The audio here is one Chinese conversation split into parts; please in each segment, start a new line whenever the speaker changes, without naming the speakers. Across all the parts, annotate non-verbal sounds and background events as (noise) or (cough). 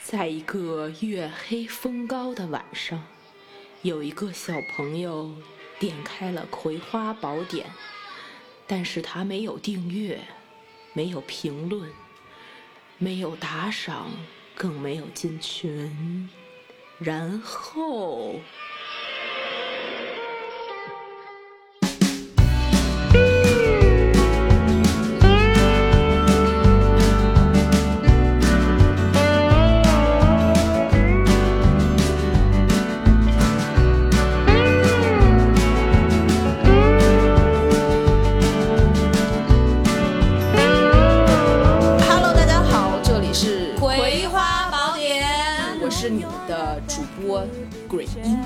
在一个月黑风高的晚上，有一个小朋友点开了《葵花宝典》，但是他没有订阅，没有评论，没有打赏，更没有进群。然后，
Hello，大家好，这里是《
葵花宝典
我是你的主播 Green Free。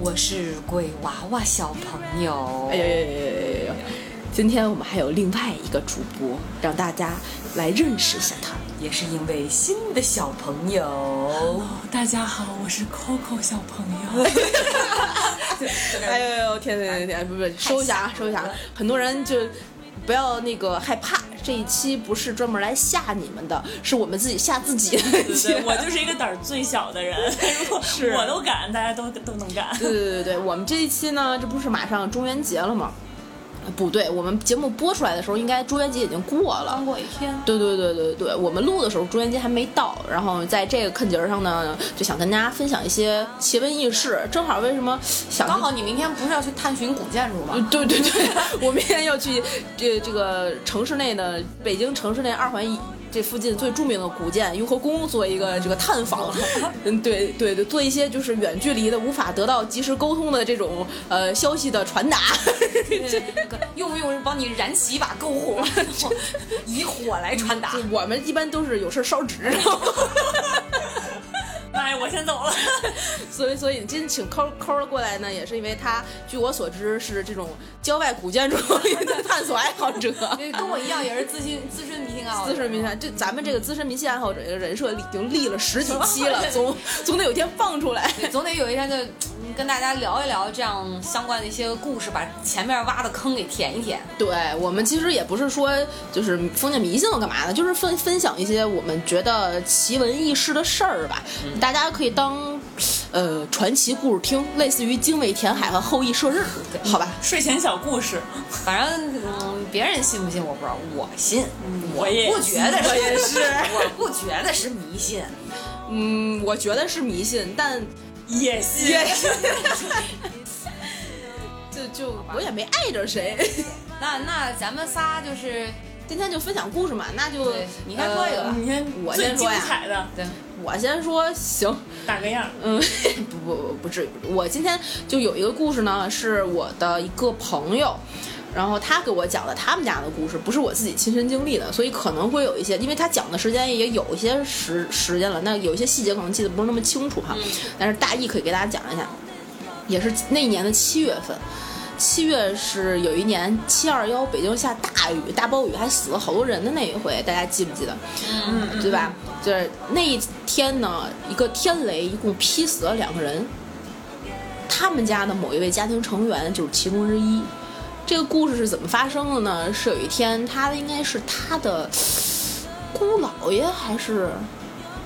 我是鬼娃娃小朋友。
哎呦呦呦呦呦呦！今天我们还有另外一个主播，让大家来认识一下他。
也是因为新的小朋友，
大家好，我是 Coco 小朋友。
哎呦呦呦！天天天天，不不，收一下啊，收一下啊！很多人就不要那个害怕，这一期不是专门来吓你们的，是我们自己吓自己的一期。
我就是一个胆儿最小的人，如果
(laughs) 是
我都敢，大家都都能干。
对对对对，我们这一期呢，这不是马上中元节了吗？啊不对，我们节目播出来的时候，应该中元节已经过了。
过一天，
对对对对对，我们录的时候中元节还没到，然后在这个坎节儿上呢，就想跟大家分享一些奇闻异事。正好为什么想呃
刚好你明天不是要去探寻古建筑
嗯
吗？
对对对， (laughs) 我明天要去这这个城市内的北京城市内二环以这附近最著名的古建雍和宫做一个这个探
(laughs)
访，嗯，对对对，做一些就是远距离的无法得到及时沟通的这种呃消息的传达。 (laughs)
用不用帮你燃起一把篝火， (laughs) 以火来传达？
我们一般都是有事儿烧纸，然后
哎，我先走了。
所以所以你今天请抠抠儿过来呢，也是因为他据我所知是这种郊外古建筑的探索爱好者。 (laughs)
对，
嗯
跟我一样也是自信自身迷信啊，
资深迷信，这咱们这个资深迷信爱好者这个人设已经立了十几期 (laughs) 了，总总得有一天放出来。
对，总得有一天就嗯跟大家聊一聊这样相关的一些故事，把前面挖的坑给填一填。
对我们其实也不是说就是封建迷信了干嘛的，就是分分享一些我们觉得奇闻异事的事儿吧，大家可以当呃传奇故事听，类似于精卫填海和后羿射日，好吧？
睡前小故事，
反正嗯，别人信不信我不知道，我信，
我也
不觉得
我也是
是， (laughs) 我不觉得是迷信。
嗯，我觉得是迷信，但
也信。
也是。就就我也没碍着谁，
那那咱们仨就是
今天就分享故事嘛，那就
对你先说一个吧
呃
你看
我
最
先
精
说呀
彩的，
对，
我先说行，
打个样儿。
嗯，不不不不至于，不至于。我今天就有一个故事呢，是我的一个朋友，然后他给我讲的他们家的故事，不是我自己亲身经历的，所以可能会有一些，因为他讲的时间也有一些时时间了，那有一些细节可能记得不是那么清楚
嗯
哈，但是大意可以给大家讲一下，也是那一年的七月份。七月是有一年七二幺北京下大雨大暴雨还死了好多人的那一回，大家记不记得？对吧？就是那一天呢，一个天雷一共劈死了两个人，他们家的某一位家庭成员就是其中之一。这个故事是怎么发生的呢？是有一天，他应该是他的姑姥爷还是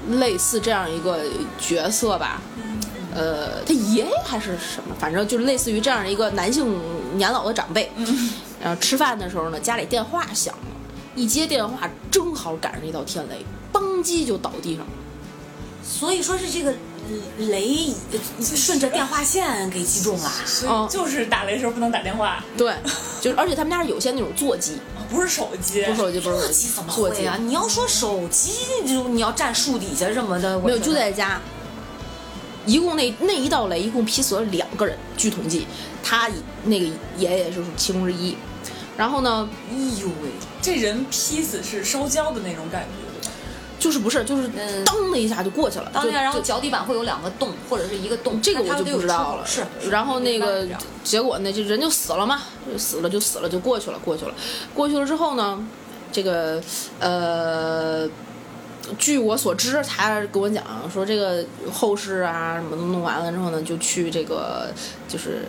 类似这样一个角色吧，呃，他爷爷还是什么，反正就类似于这样一个男性年老的长辈。然后吃饭的时候呢，家里电话响了，一接电话正好赶上一道天雷，邦叽就倒地上了。
所以说是这个雷顺着电话线给击中了。
所以嗯就是打雷的时候不能打电话，
对，就是而且他们家是有些那种座 (laughs) 机，
不是手机
不。是手机，不是手
手
机
机怎么
座
会
机
啊？你要说手机，就你要站树底下什么的，我
没有，
觉
就
得
在家。一共那那一道雷一共劈死了两个人，据统计，他那个爷爷就是其中之一。然后呢，
哎呦喂，
这人劈死是烧焦的那种感觉，对吧
就是不是就是呃
嗯
当的一下就过去了，
当
就
然，然后
就
脚底板会有两个洞或者是一个洞，
这个
那
我
它
就
得
不
有
知
出
道
口
了。
是，是
然后那个
明白明白
结果呢，就人就死了嘛，就死了就死了就过去了，过去了，过去了之后呢，这个呃。据我所知，他跟我讲说，这个后事啊什么都弄完了之后呢，就去这个就是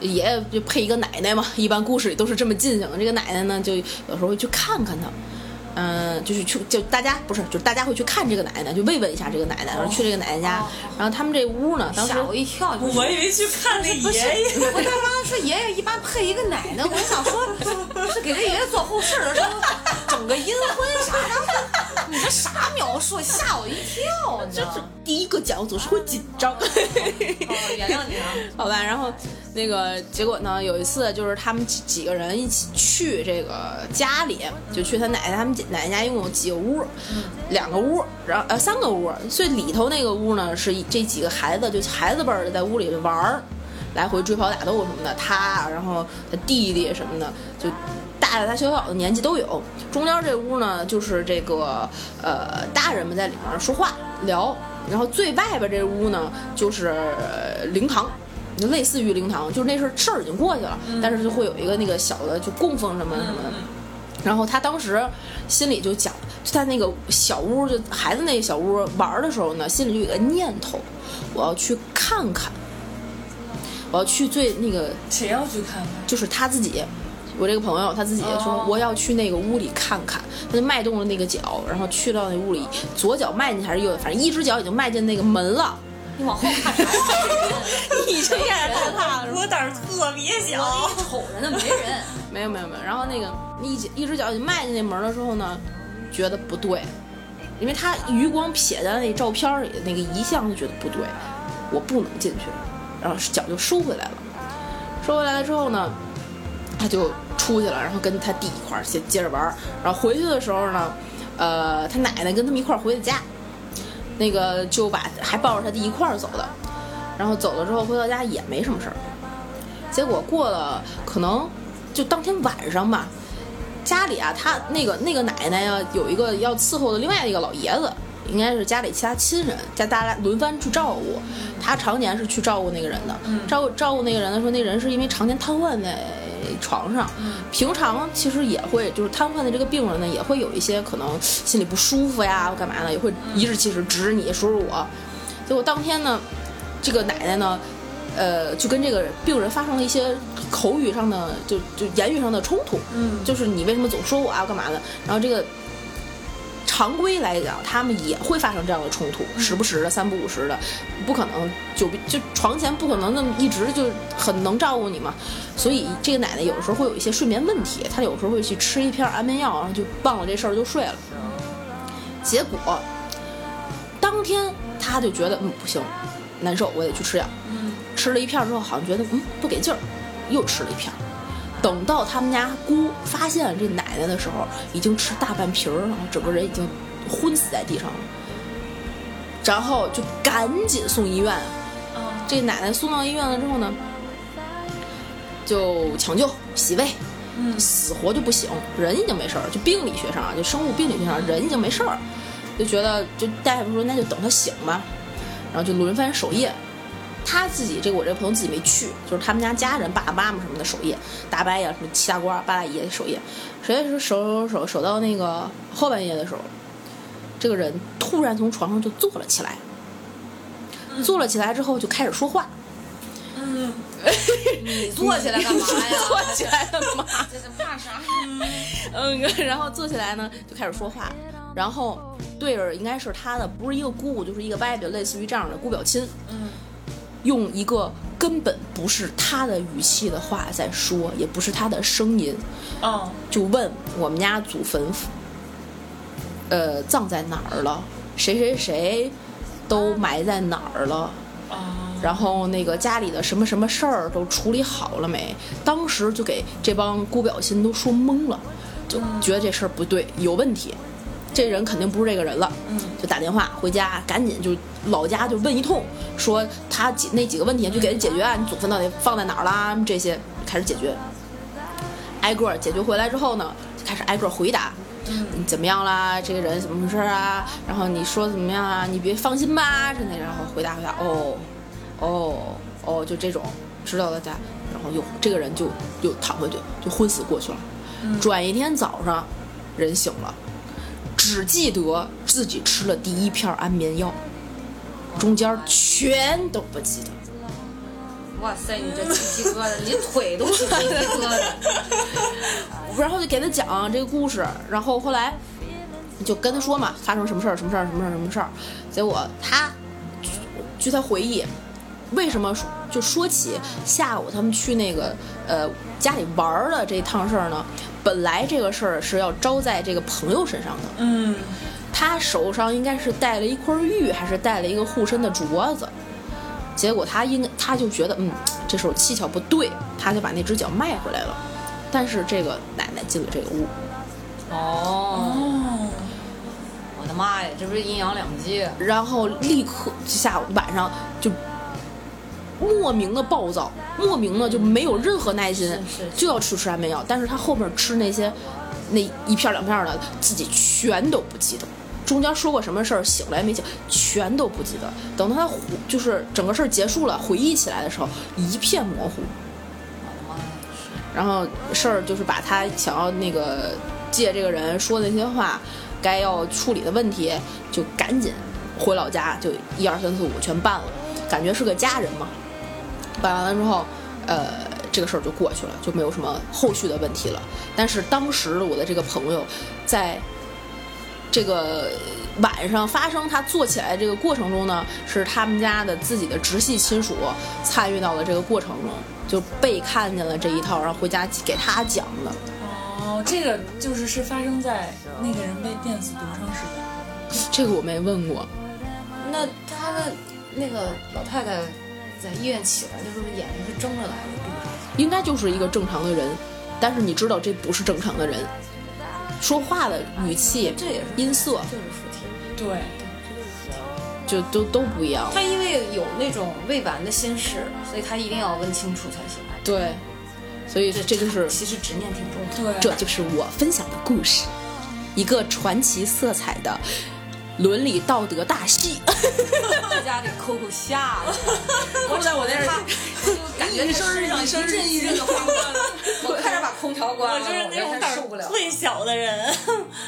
爷爷就配一个奶奶嘛，一般故事里都是这么进行的。这个奶奶呢，就有时候会去看看他，嗯、就是去就大家不是，就是大家会去看这个奶奶，就慰问一下这个奶奶，然后去这个奶奶家
哦，
然后他们这屋呢，当时
吓我一跳，就是
我以为去看那
哎不是
爷爷，
我刚刚说爷爷一般配一个奶奶，我想说，是给这爷爷做后事的时候整个阴婚啥的，你这啥描述吓我一跳呢？
就是第一个讲总是会紧张。
啊哦原谅你啊，
(laughs) 好吧，然后那个结果呢，有一次就是他们几几个人一起去这个家里，就去他奶奶他们姐奶奶家，一共有几个屋，
嗯
两个屋，然后呃三个屋，最里头那个屋呢是一这几个孩子，就孩子辈儿的在屋里玩儿，来回追跑打斗什么的，他啊然后他弟弟什么的就。大大小小的年纪都有，中间这屋呢，就是这个呃大人们在里面说话聊，然后最外边这屋呢就是呃灵堂，就类似于灵堂，就是那事儿事儿已经过去了，但是就会有一个那个小的就供奉什么什么的。然后他当时心里就讲，就在那个小屋，就孩子那个小屋玩儿的时候呢，心里就有个念头，我要去看看，我要去最那个
谁要去看看？
就是他自己，我这个朋友他自己说
哦
我要去那个屋里看看，他就迈动了那个脚，然后去到那屋里，左脚迈进还是右，反正一只脚已经迈进那个门了。
你往后看啥？
(laughs)
(laughs)
你这样害怕了？
我胆儿特别小，
我一瞅着呢，没人，
没有没有没有。然后那个一只一只脚已经迈进那门的时候呢，觉得不对，因为他余光瞥在那照片里的那个遗像，就觉得不对，我不能进去，然后脚就收回来了。收回来了之后呢，他就出去了，然后跟他弟一块儿接接着玩儿。然后回去的时候呢，呃，他奶奶跟他们一块儿回的家，那个就把还抱着他弟一块儿走的。然后走了之后回到家也没什么事儿，结果过了可能就当天晚上吧，家里啊，他那个那个奶奶呀、有一个要伺候的另外一个老爷子，应该是家里其他亲人，家大家轮番去照顾。他常年是去照顾那个人的，照顾照顾那个人的时候，那人是因为常年瘫痪在床上，平常其实也会就是瘫痪的这个病人呢，也会有一些可能心里不舒服呀，干嘛的，也会颐指气使指着你数数我。结果当天呢，这个奶奶呢，呃，就跟这个病人发生了一些口语上的，就就言语上的冲突。嗯，就是你为什么总说我啊，干嘛的？然后这个常规来讲，他们也会发生这样的冲突，时不时的，三不五时的，不可能久必就床前不可能那么一直就很能照顾你嘛。所以这个奶奶有时候会有一些睡眠问题，她有时候会去吃一片安眠药，然后就忘了这事儿就睡了。结果当天她就觉得嗯不行，难受，我得去吃药。吃了一片儿之后，好像觉得嗯不给劲儿，又吃了一片儿。等到他们家姑发现这奶奶的时候，已经吃大半瓶儿了，整个人已经昏死在地上了。然后就赶紧送医院。这奶奶送到医院了之后呢，就抢救、洗胃，死活就不醒，人已经没事儿了。就病理学上啊，就生物病理学上，人已经没事儿，就觉得就大夫说那就等他醒吧，然后就轮番守夜。他自己这个我这个朋友自己没去，就是他们家家人爸爸妈妈什么的守夜，大伯呀什么七大官儿八大姨守夜，守夜时候守守守守到那个后半夜的时候，这个人突然从床上就坐了起来，
嗯
坐了起来之后就开始说话，
嗯，
你坐起来干嘛呀？
(laughs) 坐起来干嘛？
这是怕啥？
嗯， (laughs) 然后坐起来呢就开始说话，然后对着应该是他的不是一个姑姑就是一个伯伯，类似于这样的姑表亲，
嗯，
用一个根本不是他的语气的话在说，也不是他的声音，
哦，
就问我们家祖坟，呃，葬在哪儿了？谁谁谁都埋在哪儿了？
哦，
然后那个家里的什么什么事儿都处理好了没？当时就给这帮姑表亲都说懵了，就觉得这事儿不对，有问题，这人肯定不是这个人了。嗯，就打电话回家，赶紧就老家就问一通，说他几那几个问题就给他解决啊，你祖坟到底放在哪儿啦？这些开始解决，挨个儿解决回来之后呢，就开始挨个儿回答。你怎么样啦？这个人怎么回事儿啊？然后你说怎么样啊？你别放心吧，之类的。然后回答回答，哦，哦哦，就这种，知道大家，然后又这个人就又躺回去，就昏死过去了。转一天早上，人醒了，只记得自己吃了第一片安眠药，中间全都不记得。
哇塞，你这鸡皮疙瘩，你腿都是鸡皮疙瘩。
然后就给他讲这个故事，然后后来就跟他说嘛，发生什么事儿，什么事儿，什么事儿，什么事儿。结果他，据据他回忆，为什么说就说起下午他们去那个呃家里玩儿的这趟事儿呢？本来这个事儿是要招在这个朋友身上的，
嗯，
他手上应该是戴了一块玉，还是戴了一个护身的镯子。结果他应他就觉得，嗯，这手蹊跷不对，他就把那只脚卖回来了。但是这个奶奶进了这个屋，
哦，
哦，
我的妈呀，这不是阴阳两啊界？
然后立刻下午晚上就莫名的暴躁，莫名的就没有任何耐心，
是是
就要吃吃安眠药。但是他后面吃那些那一片儿两片儿的，自己全都不记得。中间说过什么事儿，醒来没醒，全都不记得。等到他回就是整个事儿结束了，回忆起来的时候，一片模糊。
我的妈呀！
然后事儿就是把他想要那个借这个人说的那些话，该要处理的问题，就赶紧回老家，就一二三四五全办了，感觉是个家人嘛。办完了之后，呃，这个事儿就过去了，就没有什么后续的问题了。但是当时我的这个朋友，在这个晚上发生他做起来这个过程中呢，是他们家的自己的直系亲属参与到了这个过程中，就被看见了这一套，然后回家给他讲的。
哦，这个就是是发生在那个人被电死多长时间？
这个我没问过，
那他的那个老太太在医院起来的时候，眼睛是睁着来的，闭着来
应该就是一个正常的人，但是你知道这不是正常的人，说话的语气
的，这也是
音色
这是附体。
对，
就都都不一样。
他因为有那种未完的心事，所以他一定要问清楚才行。
对，所以这就是
其实执念挺重要的。
对，
这就是我分享的故事，一个传奇色彩的伦理道德大戏。
大家给 Coco 吓 (laughs) 了，
我在我在这儿，
就感觉这
一声
身上
一声
阵一阵的发关了，我快点把空调关了，
我就是那种
我有
胆
点
儿
受不了。
最小的人。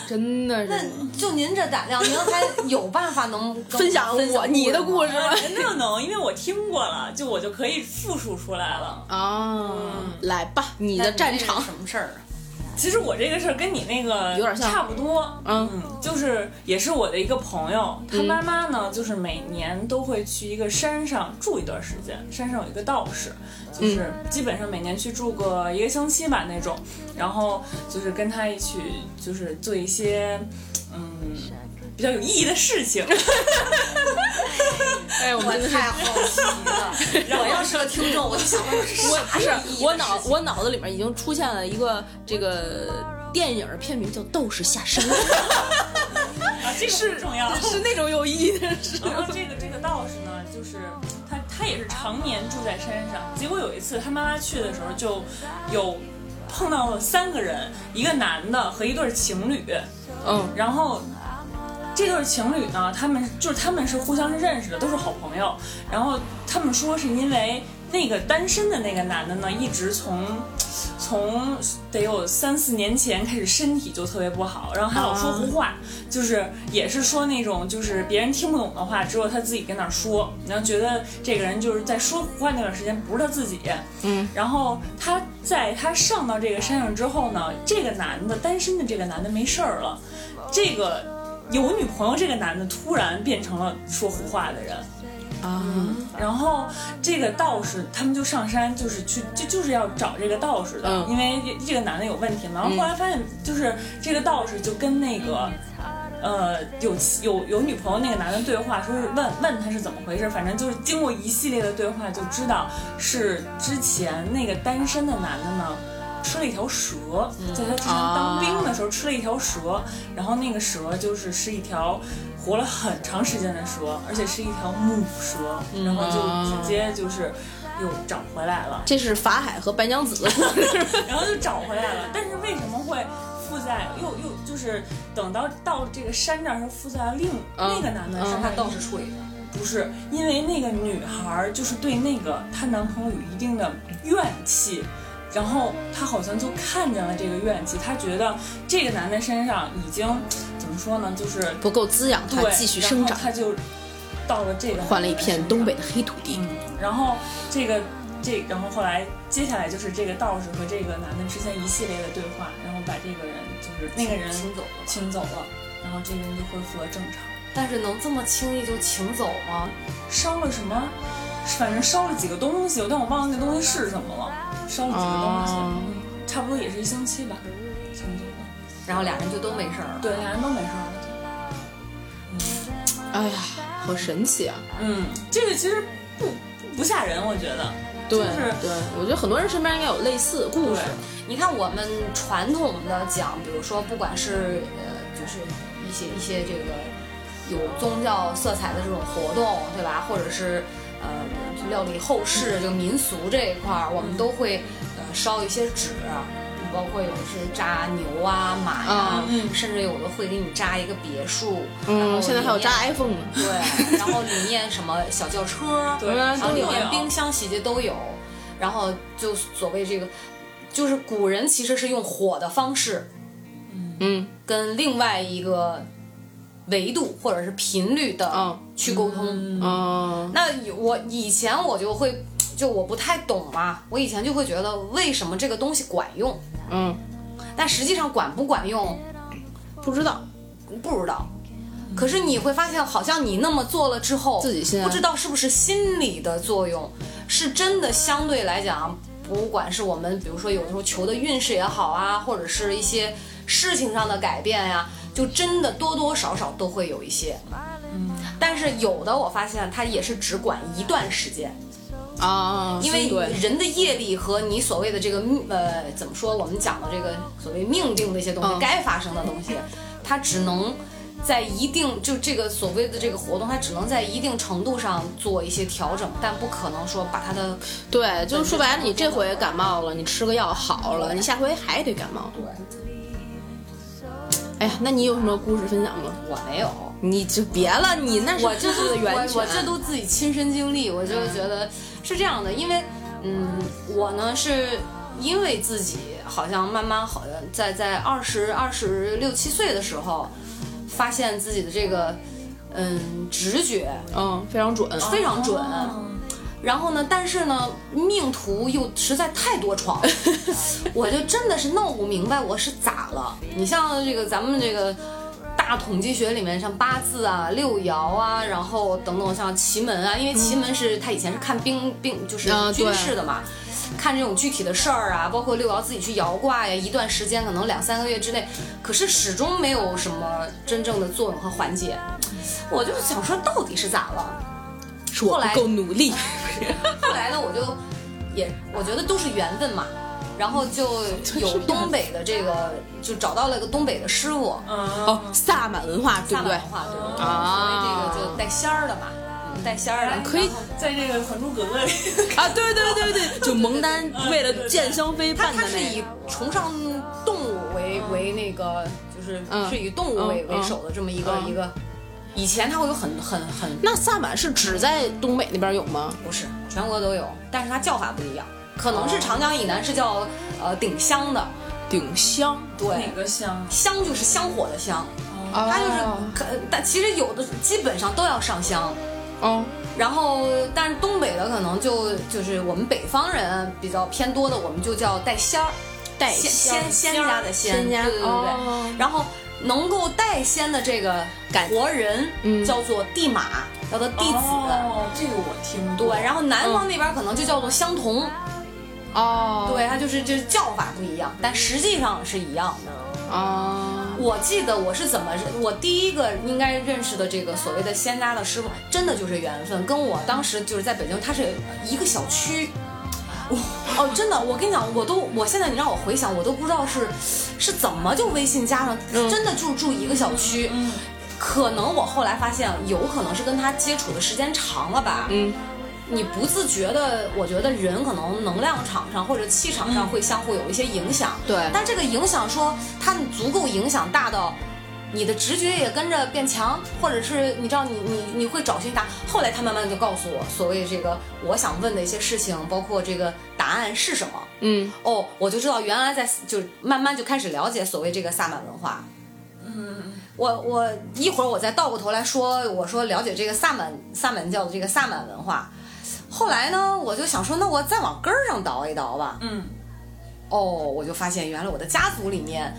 真的
那就您这胆量，您还有办法能跟我
分享
分
我你的
故
故事吗
真的能，因为我听过了，就我就可以复述出来了。
啊，来吧，你
你
的战场
什么事儿啊？
其实我这个事儿跟你那个
有点像
差不多，
嗯
就是也是我的一个朋友，他妈妈呢，就是每年都会去一个山上住一段时间，山上有一个道士，
嗯
就是基本上每年去住个一个星期吧那种，然后就是跟他一起就是做一些嗯比较有意义的事情，
哎，我
我太好奇了，我要是个听众，我就想问这是
我
啥
不是
意义的
我脑
事情
我脑子里面已经出现了一个这个电影片名叫《斗士下山》， (laughs)
啊，这个不重要。
是那种有意义的事。
然后这个这个道士呢，就是他他也是常年住在山上，结果有一次他妈妈去的时候就有碰到了三个人，一个男的和一对情侣，
嗯
然后。这对情侣呢，他们就是他们是互相是认识的，都是好朋友。然后他们说是因为那个单身的那个男的呢，一直从从得有三四年前开始身体就特别不好，然后还老说胡话，就是也是说那种就是别人听不懂的话，只有他自己跟那儿说，然后觉得这个人就是在说胡话那段时间不是他自己。
嗯，
然后他在他上到这个山上之后呢，这个男的单身的这个男的没事儿了，这个有女朋友这个男的突然变成了说胡话的人。
啊，
然后这个道士他们就上山，就是去就就是要找这个道士的，
嗯
因为这这个男的有问题嘛。然后后来发现，就是这个道士就跟那个。呃，有有有女朋友那个男的对话，说是问问他是怎么回事，反正就是经过一系列的对话，就知道是之前那个单身的男的呢吃了一条蛇，在他之前当兵的时候吃了一条蛇，然后那个蛇就是是一条活了很长时间的蛇，而且是一条母蛇，然后就直接就是又找回来了，
这是法海和白娘子的故事。
然后就找回来了。但是为什么会附在又又就是等到到这个山这儿是附在了另、
嗯
那个男的
嗯
身
让
上？
他道士处理的。
不是因为那个女孩儿就是对那个她男朋友有一定的怨气，然后她好像就看见了这个怨气，她觉得这个男的身上已经怎么说呢，就是
不够滋养它
对，
继续生
然
长
后，她就到了这个
换了一片东北的黑土地。
嗯，然后这个这，然后后来接下来就是这个道士和这个男的之间一系列的对话，然后把这个人就是那个人
请走了吧
请走了，然后这个人就恢复了正常。
但是能这么轻易就请走吗？
烧了什么？反正烧了几个东西，但我忘了那东西是什么了。烧了几个东西，
哦
嗯差不多也是一星期吧，差不多吧。
然后俩人就都没事儿了。
对，俩人都没事儿了。
哎呀，好神奇啊！
嗯，这个其实不不不吓人，我觉得。
对
就是
对，我觉得很多人身边应该有类似的故事。
你看我们传统的讲，比如说不管是呃，就是一些一些这个有宗教色彩的这种活动，对吧？或者是呃料理后事这个民俗这一块儿，我们都会呃烧一些纸。包括有的是扎牛啊、马呀、
啊
嗯
甚至有的会给你扎一个别墅。然后
嗯，现在还有
里面
扎 iPhone 呢。
对，然后里面什么小轿车，
对
然后里
啊
都有
面冰箱、洗洁都有，然后就所谓这个，就是古人其实是用火的方式
嗯
跟另外一个维度或者是频率的
哦
去沟通。
哦，
那有我以前我就会，就我不太懂嘛，我以前就会觉得为什么这个东西管用，
嗯，
但实际上管不管用
不知道。
不知道。可是你会发现，好像你那么做了之后，
自己现在
不知道是不是心理的作用，是真的相对来讲，不管是我们比如说有的时候求的运势也好啊，或者是一些事情上的改变呀、就真的多多少少都会有一些。嗯但是有的我发现它也是只管一段时间，
啊，
因为
对，
人的业力和你所谓的这个命呃怎么说，我们讲的这个所谓命定的一些东西，
嗯
该发生的东西，它只能在一定就这个所谓的这个活动，它只能在一定程度上做一些调整，但不可能说把它的
对，就是说白了，你这回感冒了，你吃个药好了，你下回还得感冒。哎呀，那你有什么故事分享吗？
我没有，
你就别了，你那是
我这
故事
都
的 (laughs) 源
我
泉。
我这都自己亲身经历，我就觉得是这样的，因为嗯，我呢是因为自己好像慢慢好像在在二十二十六七岁的时候，发现自己的这个嗯直觉
嗯，非常准。
非常准。啊
哦
然后呢，但是呢，命途又实在太多舛，我就真的是弄不明白我是咋了。你像这个咱们这个大统计学里面，像八字啊、六爻啊，然后等等像奇门啊，因为奇门是他以前是看兵兵就是
啊对
军事的嘛。看这种具体的事儿啊，包括六爻自己去摇卦呀，一段时间可能两三个月之内，可是始终没有什么真正的作用和缓解。我就想说，到底是咋了？
是我
后来
不够努力。
后来呢，我就也我觉得都是缘分嘛，然后就有东北的这个，就找到了一个东北的师傅，
嗯，
哦，萨满文化对
萨
不
满
对
文？化对不对？
啊
所以这个就带仙儿的嘛，嗯带仙儿的
可以
然后
在这个《还珠格格》里，
啊，对对对对，就蒙丹
嗯
为了见香妃
他
办的
他是
那
以
个。
崇尚动物为为那个，就是
嗯
是以动物为
嗯嗯
为首的这么一个
嗯
一个。以前他会有很很很
那萨满是只在东北那边有吗？
不是全国都有，但是它叫法不一样，可能
哦
是长江以南是叫呃顶香的，
顶香
对
哪，个香？
香就是香火的香。
哦
啊，
它就是可，但其实有的基本上都要上香，
哦，
然后但是东北的可能就就是我们北方人比较偏多的，我们就叫带仙儿，
带
仙
香
仙仙家的仙，
仙家
对对对对
哦
然后能够带仙的这个
感
活人
嗯
叫做地马，叫做弟子。
哦，这个我听
对
过。，
然后南方那边可能就叫做相同，
嗯哦，
对，它就是就是叫法不一样，但实际上是一样的。
哦，
我记得我是怎么认，我第一个应该认识的这个所谓的仙家的师傅，真的就是缘分，跟我当时就是在北京，他是一个小区。哦，真的，我跟你讲，我都我现在你让我回想，我都不知道是是怎么就微信加上，真的就住一个小区。
嗯，
可能我后来发现，有可能是跟他接触的时间长了吧。
嗯，
你不自觉的，我觉得人可能能量场上或者气场上会相互有一些影响。
对
但这个影响说它足够影响大到。你的直觉也跟着变强，或者是你知道你你你会找寻答。后来他慢慢就告诉我，所谓这个我想问的一些事情，包括这个答案是什么。
嗯，
哦，我就知道原来在就慢慢就开始了解所谓这个萨满文化。嗯，我我一会儿我再倒过头来说，我说了解这个萨满萨满教的这个萨满文化。后来呢，我就想说，那我再往根儿上倒一倒吧。
嗯，
哦，我就发现原来我的家族里面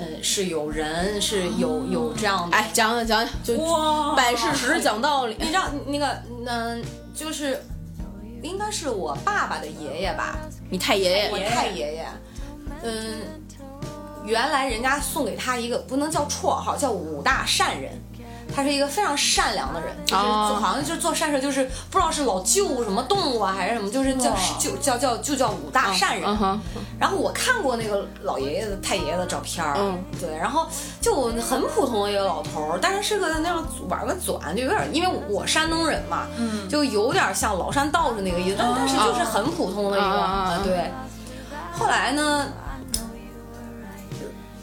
嗯，是有人是有有这样的。哎
哎，讲讲讲讲，就
哇，
摆事实讲道理。
你知道那个嗯，就是应该是我爸爸的爷爷吧，
你太爷
我
爷，
太爷爷，嗯，原来人家送给他一个不能叫绰号，叫五大善人。他是一个非常善良的人，就是
哦
做好像就是做善事，就是不知道是老救什么动物啊还是什么，就是叫
哇
就叫叫就叫五大善人。
哦嗯哼，
然后我看过那个老爷爷的太爷爷的照片儿，
嗯
对，然后就很普通的一个老头儿，但是是个那样玩个转，就有点儿，因为我山东人嘛，
嗯
就有点儿像崂山道士那个意思，但但是就是很普通的一个，
啊啊啊啊
对。后来呢，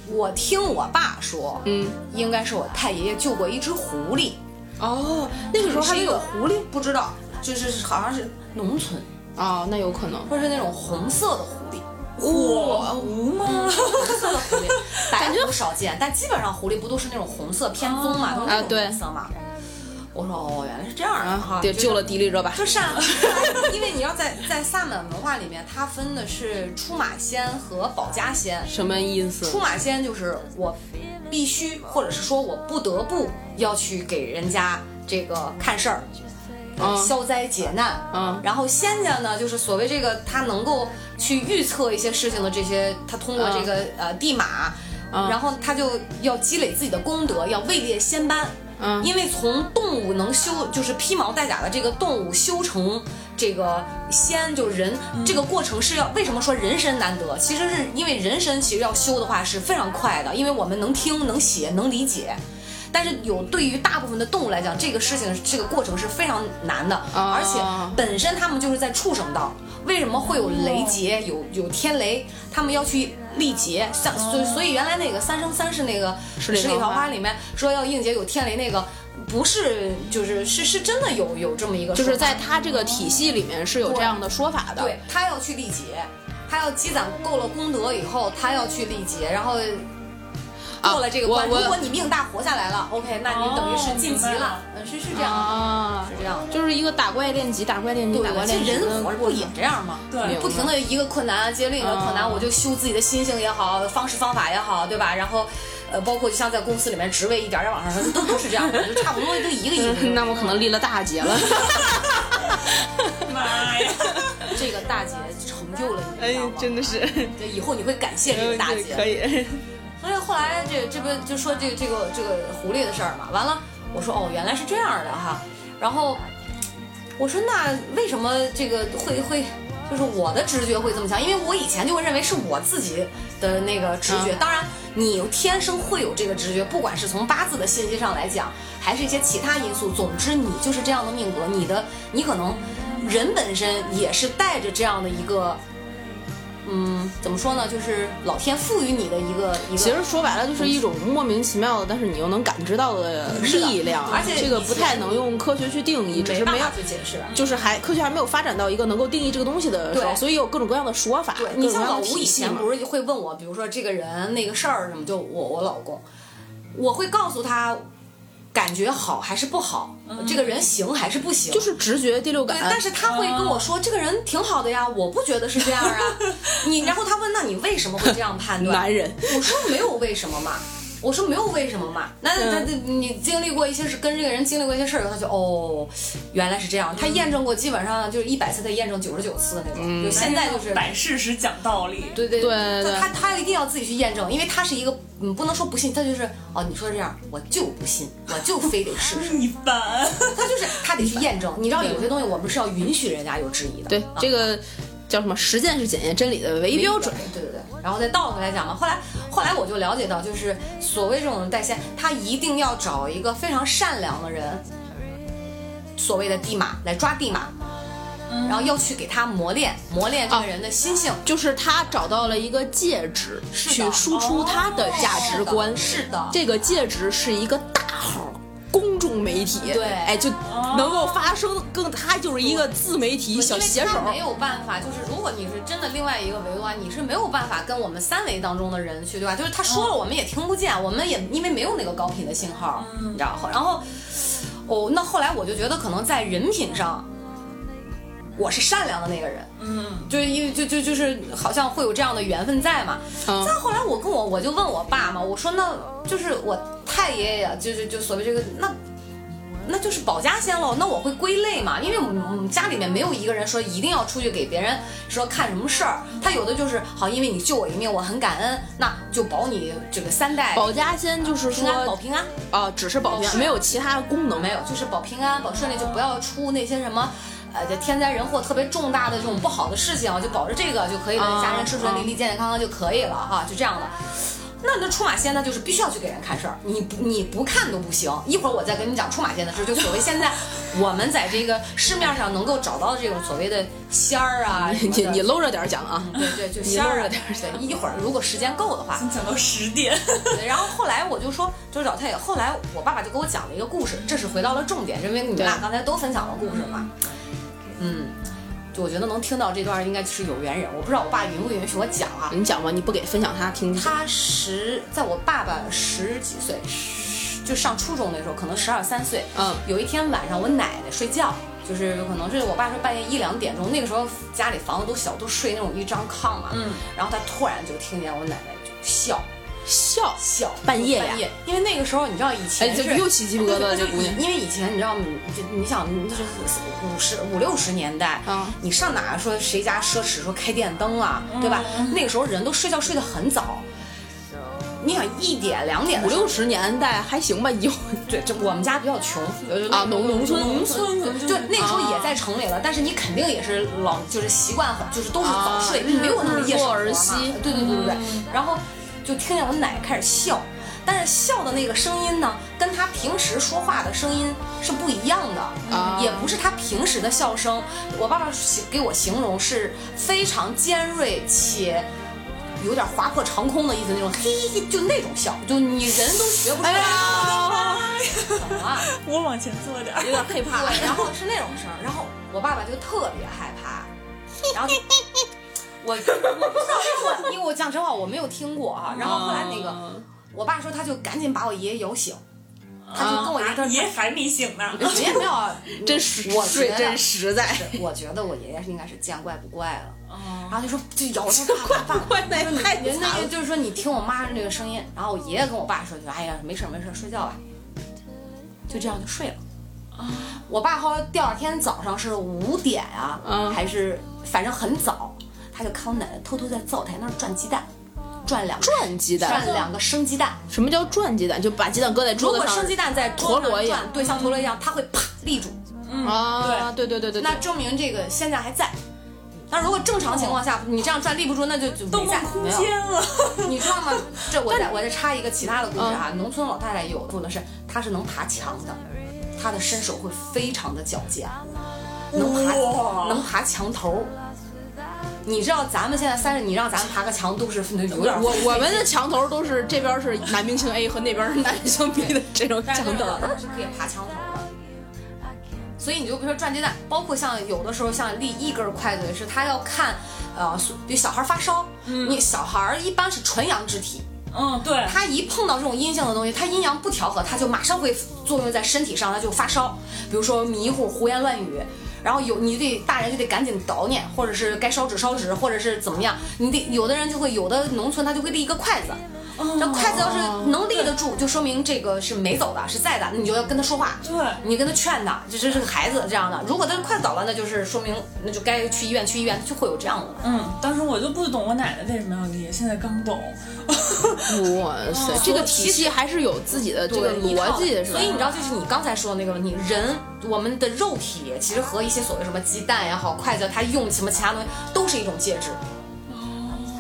我听我爸说，
嗯，
应该是我太爷爷救过一只狐狸，
哦，那个时候还没
是一
有
个狐狸，不知道，就是好像是农村，
哦，那有可能。
或者是那种红色的狐狸。
啊
火狐吗？
红色的狐狸，白狐少见，但基本上狐狸不都是那种红色偏棕嘛，都是那
啊
种
对
颜色嘛。我说哦，原来是这样的哈
啊，，得
就是
救了迪丽热巴。
就善， (laughs) 因为你要在在萨满文化里面，它分的是出马仙和保家仙。
什么意
出
思？
马仙就是我必须，或者是说我不得不要去给人家这个看事儿，
嗯
消灾解难。
嗯
然后仙家呢，就是所谓这个他能够去预测一些事情的这些，他通过这个、呃地马，
嗯
然后他就要积累自己的功德，要位列仙班。
嗯
因为从动物能修，就是披毛戴甲的这个动物修成这个仙，就是人、
嗯
这个过程是要为什么说人参难得？其实是因为人参其实要修的话是非常快的，因为我们能听、能写、能理解。但是有对于大部分的动物来讲，这个事情这个过程是非常难的，
啊
而且本身他们就是在畜生道，为什么会有雷
哦
劫、有有天雷？他们要去历劫，像
哦
所以所以原来那个三生三世那个十
里
里
桃
桃
花
花里面说要应节有天雷那个，不是就是是是真的有有这么一个
就
说法，
是在他这个体系里面是有这样的说法的。
对他要去历劫，他要积攒够了功德以后，他要去历劫，然后。
啊
过了这个
我
关，如
啊我
果你命大活下来了，OK，那你等于是晋级
哦明白
了
了，
嗯，是是这样的，
啊，
是这样的。
就是一个打怪练级，打怪练级，打怪
对，
练
其
级
实
的过程。
人活着不也这样吗？
对
不停的一个困难啊，接着另一个困难，
嗯
我就修自己的心性也好，方式方法也好，对吧？然后，呃，包括就像在公司里面职位一点点往上升，都都是这样的，就差不多都一个
(laughs)
意思。
嗯那我可能立了大节 (laughs) 了。
妈呀！
这个大姐成就了你，你知道吗？
哎的是，
对，以后你会感谢这个大姐。
以。
所以后来这这不就说这个这个这个狐狸的事儿嘛？完了，我说哦，原来是这样的哈。然后我说那为什么这个会会就是我的直觉会这么想？因为我以前就会认为是我自己的那个直觉。当然，你天生会有这个直觉，不管是从八字的信息上来讲，还是一些其他因素。总之，你就是这样的命格，你的你可能人本身也是带着这样的一个。嗯，怎么说呢？就是老天赋予你的一个一个，
其实说白了就是一种莫名其妙的，但是你又能感知到的力量，
是的而且
这个不太能用科学去定义，只是
没
没有
办。法去解释。
就是还科学还没有发展到一个能够定义这个东西的时候，
对
所以有各种各样的说法。
对
各
你
种各
像
样
老
的
吴
体
以
系
前
嘛
不是会问我，比如说这个人那个事儿什么，就我我老公，我会告诉他，感觉好还是不好，这个人行还是不行，
嗯就是嗯直觉第六
对
感，，
但是他会跟我说、这个人挺好的呀，我不觉得是这样啊。你然后他问，那你为什么会这样
(laughs)
判断？
男
(laughs)
人
我说没有为什么嘛，我说没有为什么嘛。那
嗯
那那你经历过一些事，跟这个人经历过一些事儿以后，他就哦，原来是这样。他
嗯
验证过，基本上就是一百次，他验证九十九次的那种。就现在就是
摆事实讲道理，
对对
对嗯对对
他他他一定要自己去验证，因为他是一个，嗯，不能说不信，他就是哦，你说这样，我就不信，我就非得试试。
一般。
他就是他得去验证，你知道
对
有些东西我们是要允许人家有质疑的。
对
啊
这个叫什么？实践是检验真理的唯一标准。，
对对对。然后再倒回来讲嘛，后来后来我就了解到，就是所谓这种代仙，他一定要找一个非常善良的人，所谓的地马来抓地马，
嗯
然后要去给他磨练磨练这个人的心性，
就是他找到了一个介质，
是
去
的哦
输出他的价值观。
是的是的
这个介质是一个大号儿公众媒体，
对哦
哎，就能够发声，更他就是一个自媒体小写手嗯
因为他。没有办法，就是如果你是真的另外一个维度啊，你是没有办法跟我们三维当中的人去对吧？就是他说
嗯
了，我们也听不见，我们也因为没有那个高频的信号，
嗯
你知道？然后，哦，那后来我就觉得可能在人品上。我是善良的那个人，
嗯，
就因为就就就是好像会有这样的缘分在嘛。
嗯
再后来我跟我我就问我爸嘛，我说那就是我太爷爷呀，就就就所谓这个那。那就是保家仙喽，那我会归类嘛，因为我们我们家里面没有一个人说一定要出去给别人说看什么事儿，他有的就是好，因为你救我一命，我很感恩，那就保你这个三代
保家仙就是
平安保哦
说
平安，
啊，只是保平
保
安，没有其他的功能，
没有，就是保平安、保顺利，就不要出那些什么。呃，这天灾人祸特别重大的这种不好的事情，就保着这个就可以了，
啊
家人顺顺利利、健健康康就可以了哈，就这样的。那那出马仙呢，就是必须要去给人看事儿，你不你不看都不行。一会儿我再跟你讲出马仙的事，就所谓现在我们在这个市面上能够找到的这种所谓的仙儿啊，什
你 (laughs) 你
么的
你搂着点儿讲啊，
对对，就仙儿啊，
你
对，一会儿如果时间
嗯
够的话，
嗯讲到十点，
对然后后来我就说，就是老太爷。后来我爸爸就给我讲了一个故事，这是回到了重点，因为你们俩
对
刚才都分享了故事嘛。嗯，就我觉得能听到这段应该就是有缘人，我不知道我爸允不允许我讲啊。
你讲吧，你不给分享他听，
他十，在我爸爸十几岁，十就上初中的时候，可能十二三岁，
嗯
有一天晚上，我奶奶睡觉，就是可能是我爸说半夜一两点钟，那个时候家里房子都小，都睡那种一张炕嘛。
嗯。
然后她突然就听见我奶奶就笑
笑，
笑，
半夜呀
半夜，因为那个时候你知道以
哎，
前
这
是。
不又起鸡皮疙瘩了，这姑娘，
因为以前你知道，你这你想，这是五十五六十年代，
啊
你上哪儿说谁家奢侈说开电灯啊，
嗯
对吧？那个时候人都睡觉睡得很早，你想一点两点的
五
时候
六十年代还行吧，有
对，就我们家比较穷
啊农农村
农村
农村
就那个时候也在城里了，但是你肯定也是老就是习惯很就是都是早睡，
啊
没有那么夜生活嘛
日落而息
对对对对对，然后就听见我奶开始笑。但是笑的那个声音呢，跟她平时说话的声音是不一样的，
啊
也不是她平时的笑声。我爸爸形给我形容是非常尖锐且有点划破长空的意思，那种嘿嘿嘿，就那种笑，哎就你人都学不出来。啊怎 (laughs) 么了？
我往前坐点儿。
有点害怕，
对，然后是那种声儿，然后我爸爸就特别害怕，然后就我我不知道这我因为我讲真话我没有听过啊，然后后来那个
啊
我爸说他就赶紧把我爷爷摇醒，他就跟我爷
啊爷还没醒 (laughs) 呢，
爷爷没有啊，
真实
我
睡
觉得
真实在， (laughs)
是我觉得我爷爷是应该是见怪不怪了。
啊哦
然后就说就摇着爸爸爸
(laughs)
爸，
怪奶太惨
人那
了
个就是说你听我妈那个声音，然后我爷爷跟我爸说就说哎呀没事儿没事儿睡觉吧，就这样就睡了。
啊
我爸后来第二天早上是五点啊，
嗯
还是反正很早，他就看我奶奶偷偷在灶台那儿转鸡蛋，转两个
转鸡蛋，
转两个生鸡蛋。
什么叫转鸡蛋？就把鸡蛋搁在
如
桌
果
子上
生鸡蛋在桌
陀
上
螺一样
转，对，像陀螺一样，它会啪立住，嗯
嗯
啊，对对对对，对
那证明这个现在还在。那如果正常情况下，你这样转立不住，那就就
动
没在
物，空
没有。
间了，
你知道吗？这我再我再插一个其他的故事啊，农村老太太有住的是，她是能爬墙的，她的身手会非常的矫健，能爬
哇
能爬墙头。你知道咱们现在三十，你让咱们爬个墙都是有点
我我们的墙头都是这边是男明星 A 和那边是男明星 B 的这种墙
墙
头
头，是可以爬墙头的。所以你就比如说转鸡蛋，包括像有的时候像立一根筷子也是，他要看，呃，比如小孩发烧，你小孩一般是纯阳之体，
嗯，对，
他一碰到这种阴性的东西，他阴阳不调和，他就马上会作用在身体上，他就发烧，比如说迷糊、胡言乱语。然后有你得大人就得赶紧捣念，或者是该烧纸烧纸，或者是怎么样，你得有的人就会有的农村他就会立一个筷子，这筷子要是能立得住，就说明这个是没走的，是在的，你就要跟他说话，
对
你跟他劝他，这这是个孩子这样的。如果他筷子倒了，那就是说明那就该去医院去医院，就会有这样的。
嗯，当时我就不懂我奶奶为什么要立，现在刚懂。 (laughs)
哇塞，
嗯
这个体系还是有自己的这个
对一套
逻辑是吧？
所以你知道，就是你刚才说的那个问题，人我们的肉体其实和一些所谓什么鸡蛋也好、筷子，它用什么其他东西都是一种介质。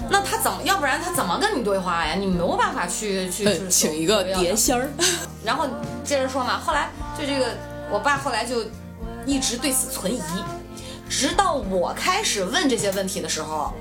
那他怎么？要不然他怎么跟你对话呀？你没有办法去去
呃
去
请一个碟仙儿，
然后接着说嘛，后来就这个我爸后来就一直对此存疑，直到我开始问这些问题的时候，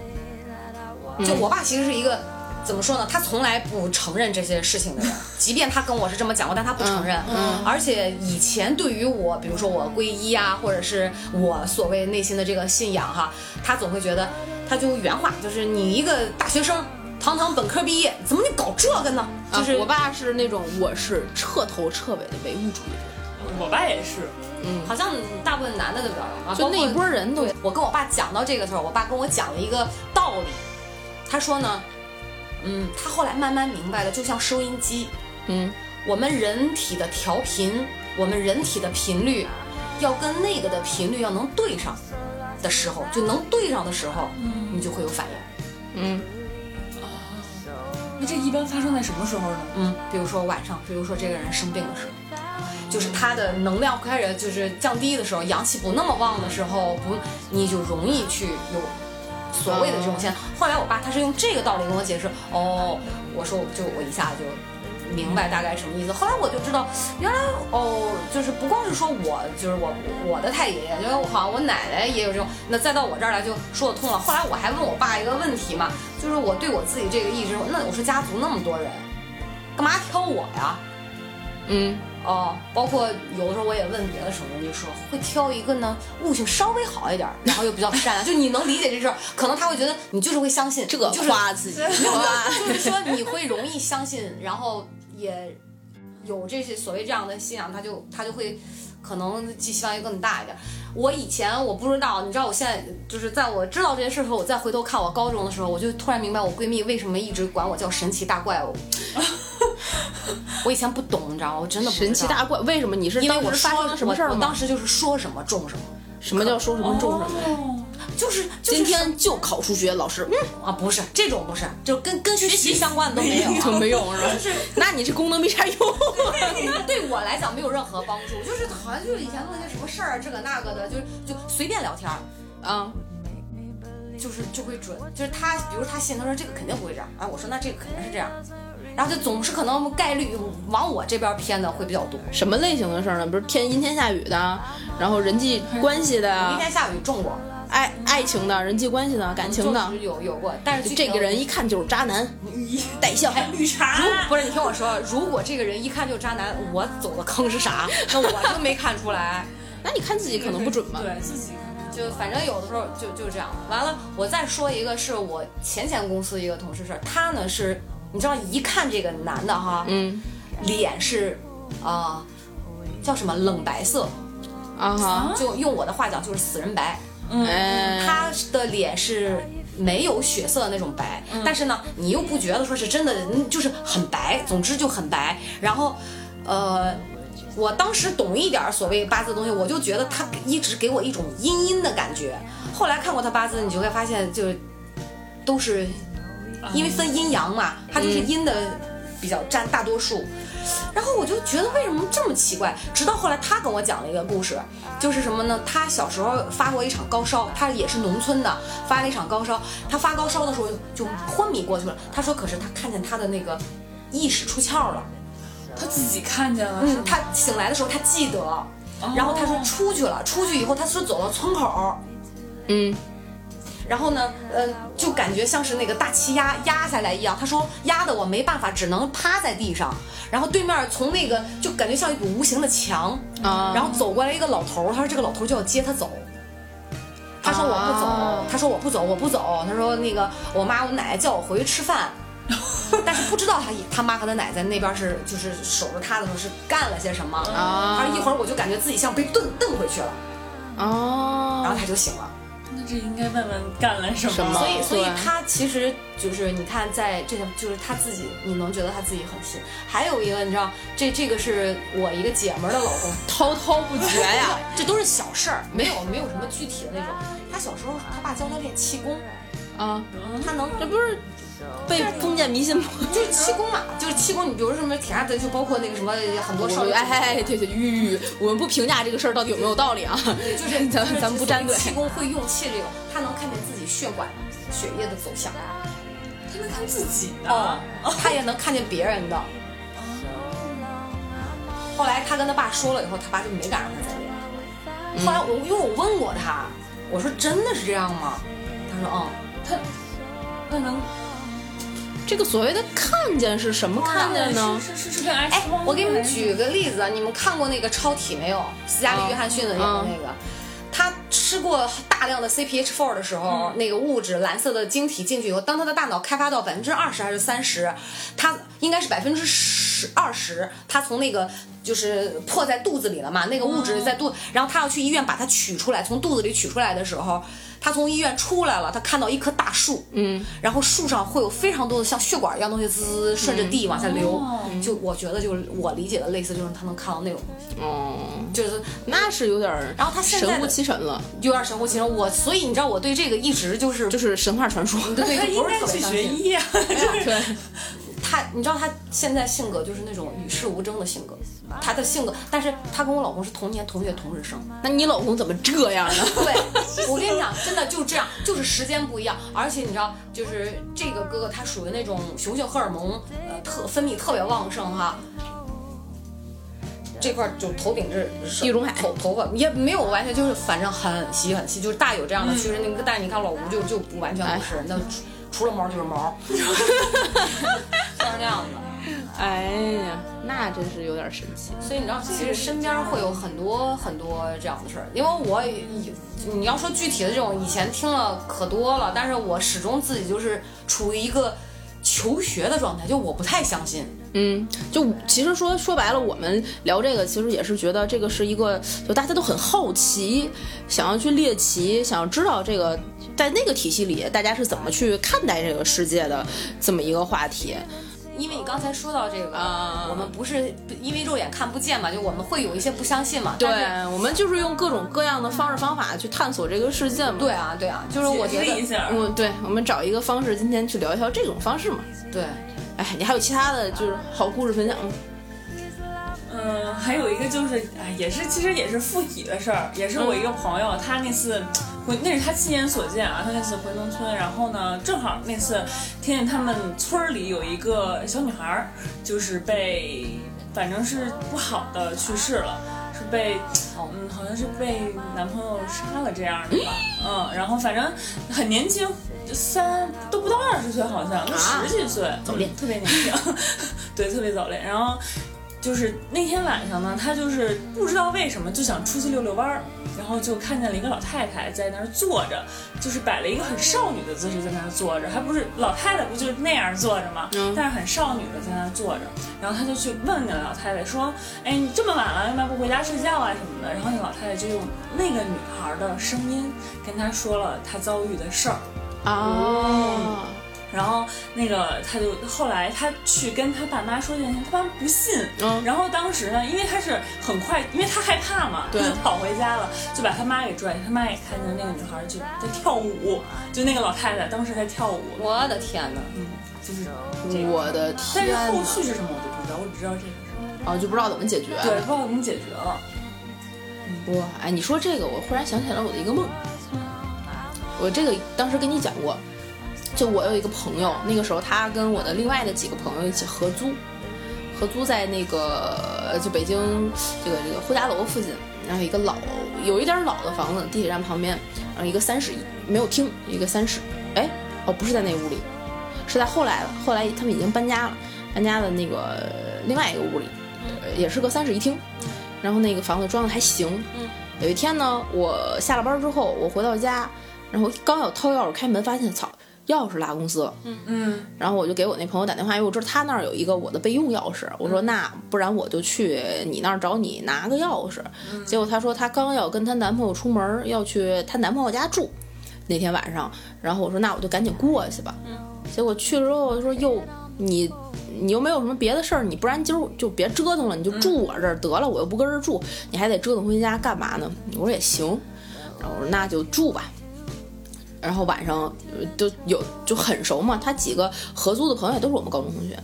嗯
就我爸其实是一个。怎么说呢？他从来不承认这些事
(laughs)
情的人，即便他跟我是这么讲过，但他不承认。
嗯
而且以前对于我，比如说我皈依啊，或者是我所谓内心的这个信仰哈，他总会觉得，他就原话就是你一个大学生，堂堂本科毕业，怎么你搞这个呢？就、
啊就是是我爸是那种我是彻头彻尾的唯物主义者，
我爸也是，
嗯，
好像大部分男的都比啊较阳刚，
就那一波人都
对，我跟我爸讲到这个时候，我爸跟我讲了一个道理，他说呢，嗯，他后来慢慢明白了，就像收音机，
嗯，
我们人体的调频，我们人体的频率，要跟那个的频率要能对上的时候，就能对上的时候，
嗯
你就会有反应。
嗯
那这一般发生在什么时候呢？
嗯，比如说晚上，比如说这个人生病的时候。就是他的能量开始就是降低的时候，阳气不那么旺的时候，不你就容易去有所谓的这种现象。后来我爸他是用这个道理跟我解释，哦，我说我就我一下就明白大概什么意思。后来我就知道，原来哦，就是不光是说我，就是我我的太爷爷，因为我好像我奶奶也有这种，那再到我这儿来就说得通了。后来我还问我爸一个问题嘛，就是我对我自己这个意识，那我说家族那么多人，干嘛挑我呀？
嗯
哦，包括有的时候我也问别的什么人，就说会挑一个呢悟性稍微好一点儿，然后又比较善良，就你能理解这事儿，可能他会觉得你就是会相信，
这个
就是
呃夸 (laughs) 自
(laughs)
己，
没有就是说你会容易相信，然后也有这些所谓这样的信仰，他就他就会可能寄希望也更大一点。我以前我不知道，你知道，我现在就是在我知道这些事的时候，我再回头看我高中的时候，我就突然明白我闺蜜为什么一直管我叫神奇大怪物。 (laughs) 我以前不懂，你知道吗？我真的不知道
神奇大怪，为什么你是
因为
当
我
时发生了什么事儿
我？我
吗
当？时就是说什么中什么，
什么叫说
哦
什么中什么？
么？
就是、就是、
今天就考数学，老师嗯
啊，不是这种不是，就跟跟学习相关的都没有、啊，
就没用是吧？那你这功能没
(laughs)
啥用。
对我来讲没有任何帮助，就是好像就是以前弄些什么事儿，这个那个的，就是就随便聊天儿，
啊，
就是就会准，就是他，比如他信，他说这个肯定不会这样，哎、我说那这个肯定是这样，然后就总是可能概率往我这边偏的会比较多。
什么类型的事儿呢？比如天阴天下雨的，然后人际关系
那
的，
天下雨中过，
爱爱情的，人际关系的，感情的
嗯就。是有有过，但是嗯具
就
体
这个人
我
一看就是渣男，带相。
哎，绿茶
如，不是你听我说，如果这个人一看就是渣男，我走的坑是啥？那我真没看出来。
那你看自己可能不准吧？
对自己
就反正有的时候就就这样。完了，我再说一个是我前前公司一个同事事儿，他呢是，你知道一看这个男的哈，
嗯
脸是，啊、叫什么冷白色，
啊哈，
就用我的话讲就是死人白。
嗯
哎，
嗯他的脸是没有血色的那种白，但是呢，你又不觉得说是真的，嗯就是很白，总之就很白。然后，呃，我当时懂一点儿所谓八字的东西，我就觉得他一直给我一种阴阴的感觉。后来看过他八字，你就会发现，就是都是因为分阴阳嘛，他就是阴的比较占大多数。然后我就觉得为什么这么奇怪，直到后来他跟我讲了一个故事，就是什么呢？他小时候发过一场高烧，他也是农村的，发了一场高烧。他发高烧的时候就昏迷过去了。他说，可是他看见他的那个意识出窍了，
他自己看见了，
嗯，他哦醒来的时候他记得，然后他说出去了，出去以后他是走到村口，
嗯，
然后呢，嗯、就感觉像是那个大气压压下来一样。他说压的我没办法，只能趴在地上。然后对面从那个就感觉像一股无形的墙，
啊
然后走过来一个老头儿，他说这个老头儿就要接他走。他说我不走，
啊
他说我不走，我不走。他说那个我妈我奶奶叫我回去吃饭，
(laughs)
但是不知道他他妈和他奶在那边是就是守着他的时候是干了些什么。而
啊
一会儿我就感觉自己像被蹬蹬回去了，然后
哦，
他就醒了。
那这应该问问干了什么？
什么
所以，所以
对
他其实就是你看，在这个就是他自己，你能觉得他自己很信。还有一个，你知道，这这个是我一个姐们儿的老公，
滔滔不绝呀，
(laughs) 这都是小事儿，没有没有什么具体的那种。他小时候，他爸教他练气功，
啊，
他能
这不是被封建迷信吗？ (laughs)
就是气功嘛，就是气功。你比如说什么铁砂的，就包括那个什么很多少
我
女，
哎哎哎，对对，吁吁，我们不评价这个事儿到底有没有道理啊， (laughs)
就是
咱
就是
咱们不沾嘴
气功会用气这种，他能看见自己血管血液的走向，
他能看自己的。
哦，他也能看见别人的。后来他跟他爸说了以后，他爸就没敢让他再练。后来
嗯
我因为我问过他，我说真的是这样吗？他说嗯，
他那能
这个所谓的看见是什么看见呢？
是是是是跟 X
哎
光，
我给你们举个例子，啊你们看过那个《超体》没有？斯嘉丽
嗯
·约翰逊的演的那个。他吃过大量的 CPH4 的时候，那个物质蓝色的晶体进去以后，当他的大脑开发到百分之二十还是三十，他应该是百分之十十二十，他从那个就是破在肚子里了嘛，那个物质在肚，然后他要去医院把它取出来，从肚子里取出来的时候，他从医院出来了，他看到一棵大树，嗯，然后树上会有非常多的像血管一样东西滋滋滋顺着地往下流，
哦
就我觉得就是我理解的类似就是他能看到那种东西，
哦，
就是
那是有点儿，
然后他现在的
神乎其神了，
有点神乎其神。我所以你知道我对这个一直就是
就是神话传说。 (laughs)
对
他
就
应
不是
该
特别
去
相
学
信
医啊，就是
对，
他，你知道他现在性格就是那种与世无争的性格，他的性格，但是他跟我老公是同年同月同日生。
那你老公怎么这样呢？
对，我跟你讲，真的就是这样，就是时间不一样，而且你知道，就是这个哥哥他属于那种雄性荷尔蒙呃特分泌特别旺盛哈。这块儿就头顶这
地中海
头头发也没有完全就是，反正很稀很稀，就是大有这样的趋势。
嗯
那个，但是你看老吴就就不完全不
哎
是，那除除了毛就
(laughs)
是毛，像这样的。
哎呀，那真是有点神奇。
所以你知道，其实身边会有很多很多这样的事儿，因为我也你要说具体的这种，以前听了可多了，但是我始终自己就是处于一个求学的状态，就我不太相信。
嗯，就其实说说白了，我们聊这个其实也是觉得这个是一个，就大家都很好奇，想要去猎奇，想要知道这个在那个体系里大家是怎么去看待这个世界的这么一个话题。
因为你刚才说到这个，
啊
我们不是因为肉眼看不见嘛，就我们会有一些不相信嘛。
对
但是，
我们就是用各种各样的方式方法去探索这个世界嘛。
对啊，对啊，就是我觉
解释 (laughs) 一
得，
下，
我对，我们找一个方式，今天去聊一聊这种方式嘛。
对，
哎，你还有其他的就是好故事分享吗？
嗯，还有一个就是，哎，也是其实也是附体的事儿，也是我一个朋友，他那次回，那是他亲眼所见啊，他那次回农村，然后呢，正好那次听见他们村儿里有一个小女孩儿，就是被反正是不好的去世了，是被
哦
嗯，好像是被男朋友杀了这样的吧，嗯，然后反正很年轻，三都不到二十岁，好像就
啊
十几岁，
早恋
嗯特别年轻， (laughs) 对，特别早恋。然后就是那天晚上呢，他就是不知道为什么就想出去溜溜弯儿，然后就看见了一个老太太在那儿坐着，就是摆了一个很少女的姿势在那儿坐着，还不是老太太不就是那样坐着吗？
嗯
但是很少女的在那儿坐着，然后他就去问那个老太太说：“哎，你这么晚了，要不要不回家睡觉啊什么的？”然后那老太太就用那个女孩的声音跟他说了她遭遇的事儿。哦
啊，
然后那个他就后来他去跟他爸妈说这件事，他爸妈不信。
嗯
然后当时呢，因为他是很快，因为他害怕嘛，他
对
就跑回家了，就把他妈给拽。他妈也看见那个女孩就在跳舞，就那个老太太当时在跳舞，
我的天哪！
嗯，就是这个。
我的天
但是
呐！
后续是什么我就不知道，我只知道这个事儿。
啊就不知道怎么解决。
对，不知道怎么解决了。
哇，哎，你说这个，我忽然想起来我的一个梦。我这个当时跟你讲过，就我有一个朋友，那个时候他跟我的另外的几个朋友一起合租，合租在那个就北京这个这个呼家楼附近，然后一个老有一点老的房子，地铁站旁边，然后一个三室没有厅，一个三室，哎，哦，不是在那屋里，是在后来了，后来他们已经搬家了，搬家的那个另外一个屋里，呃也是个三室一厅，然后那个房子装的还行。
嗯，
有一天呢，我下了班之后，我回到家，然后刚要掏钥匙开门，发现操，钥匙落公司了。
嗯，
然后我就给我那朋友打电话，因为我知道他那儿有一个我的备用钥匙，我说那不然我就去你那儿找你拿个钥匙。结果她说她刚要跟她男朋友出门，要去她男朋友家住，那天晚上，然后我说那我就赶紧过去吧。结果去了之后说哟你。你又没有什么别的事儿，你不然今儿就别折腾了，你就住我这儿得了，我又不跟这儿住，你还得折腾回家干嘛呢？我说也行，然后我说那就住吧。然后晚上呃就有就很熟嘛，他几个合租的朋友也都是我们高中同学。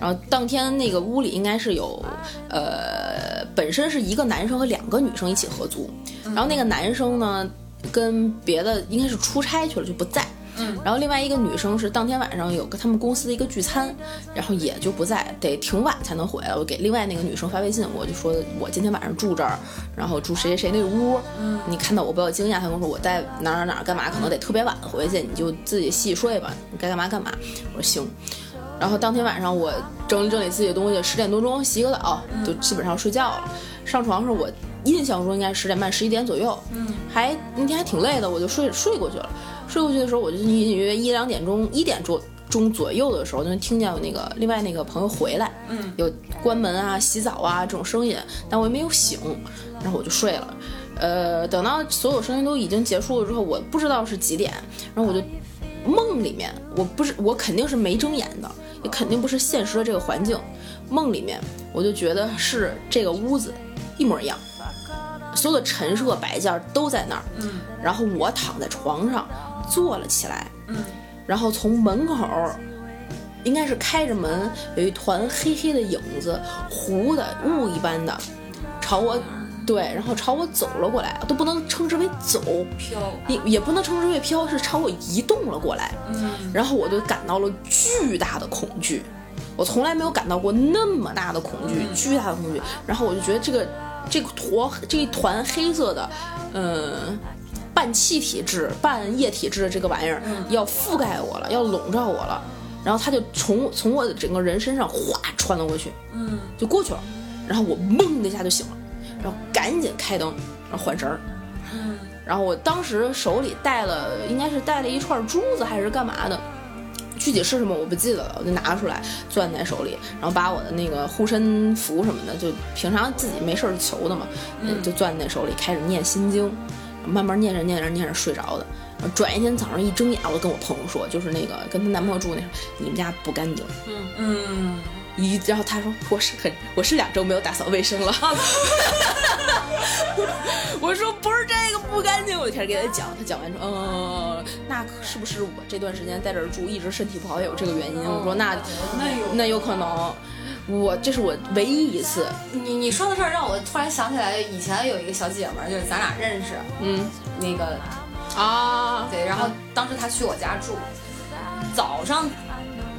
然后当天那个屋里应该是有，呃，本身是一个男生和两个女生一起合租，然后那个男生呢跟别的应该是出差去了就不在，
嗯，
然后另外一个女生是当天晚上有个他们公司的一个聚餐，然后也就不在，得挺晚才能回来。我给另外那个女生发微信，我就说我今天晚上住这儿，然后住谁谁谁那屋，嗯，你看到我不要惊讶，她跟我说我在哪儿哪儿哪儿干嘛，可能得特别晚回去，你就自己细睡吧，你该干嘛干嘛。我说行。然后当天晚上我整理整理自己的东西，十点多钟洗个澡，就基本上睡觉了。上床的时候我印象中应该十点半、十一点左右，嗯，还那天还挺累的，我就睡睡过去了。睡过去的时候我就隐隐约约一两点钟、一点钟钟左右的时候，就能听见有那个另外那个朋友回来，
嗯，
有关门啊、洗澡啊这种声音，但我也没有醒，然后我就睡了。呃，等到所有声音都已经结束了之后，我不知道是几点，然后我就梦里面，我不是我肯定是没睁眼的，也肯定不是现实的这个环境，梦里面我就觉得是这个屋子一模一样，所有的陈设摆件都在那儿，
嗯
然后我躺在床上坐了起来，
嗯
然后从门口儿，应该是开着门，有一团黑黑的影子，糊的雾一般的，朝我，对，然后朝我走了过来，都不能称之为走，
飘，
也也不能称之为飘，是朝我移动了过来。
嗯，
然后我就感到了巨大的恐惧，我从来没有感到过那么大的恐惧，
嗯
巨大的恐惧。然后我就觉得这个这个坨这一团黑色的，呃，半气体质、半液体质的这个玩意儿、
嗯
要覆盖我了，要笼罩我了。然后它就从从我的整个人身上哗穿了过去，
嗯，
就过去了。然后我嘣的一下就醒了，然后赶紧开灯，然后缓神儿。
嗯，
然后我当时手里带了，应该是带了一串珠子还是干嘛的，具体是什么我不记得了，我就拿出来攥在手里，然后把我的那个护身符什么的，就平常自己没事儿求的嘛，
嗯
就攥在手里开始念心经，慢慢念着念着念着睡着的。然后转一天早上一睁眼，我就跟我朋友说，就是那个跟她男朋友住那，你们家不干净。
嗯，
嗯，
一，然后她说我是很我是两周没有打扫卫生了。 (laughs) 我说不是这个不干净，我就开始给她讲，她讲完说，嗯，那可是不是我这段时间在这儿住一直身体不好也有这个原因？
哦
我说那
那有
那有可能，我这是我唯一一次，
你你说的事儿让我突然想起来，以前有一个小姐们儿，就是咱俩认识，
嗯
那个
啊，
对，然后当时她去我家住，早上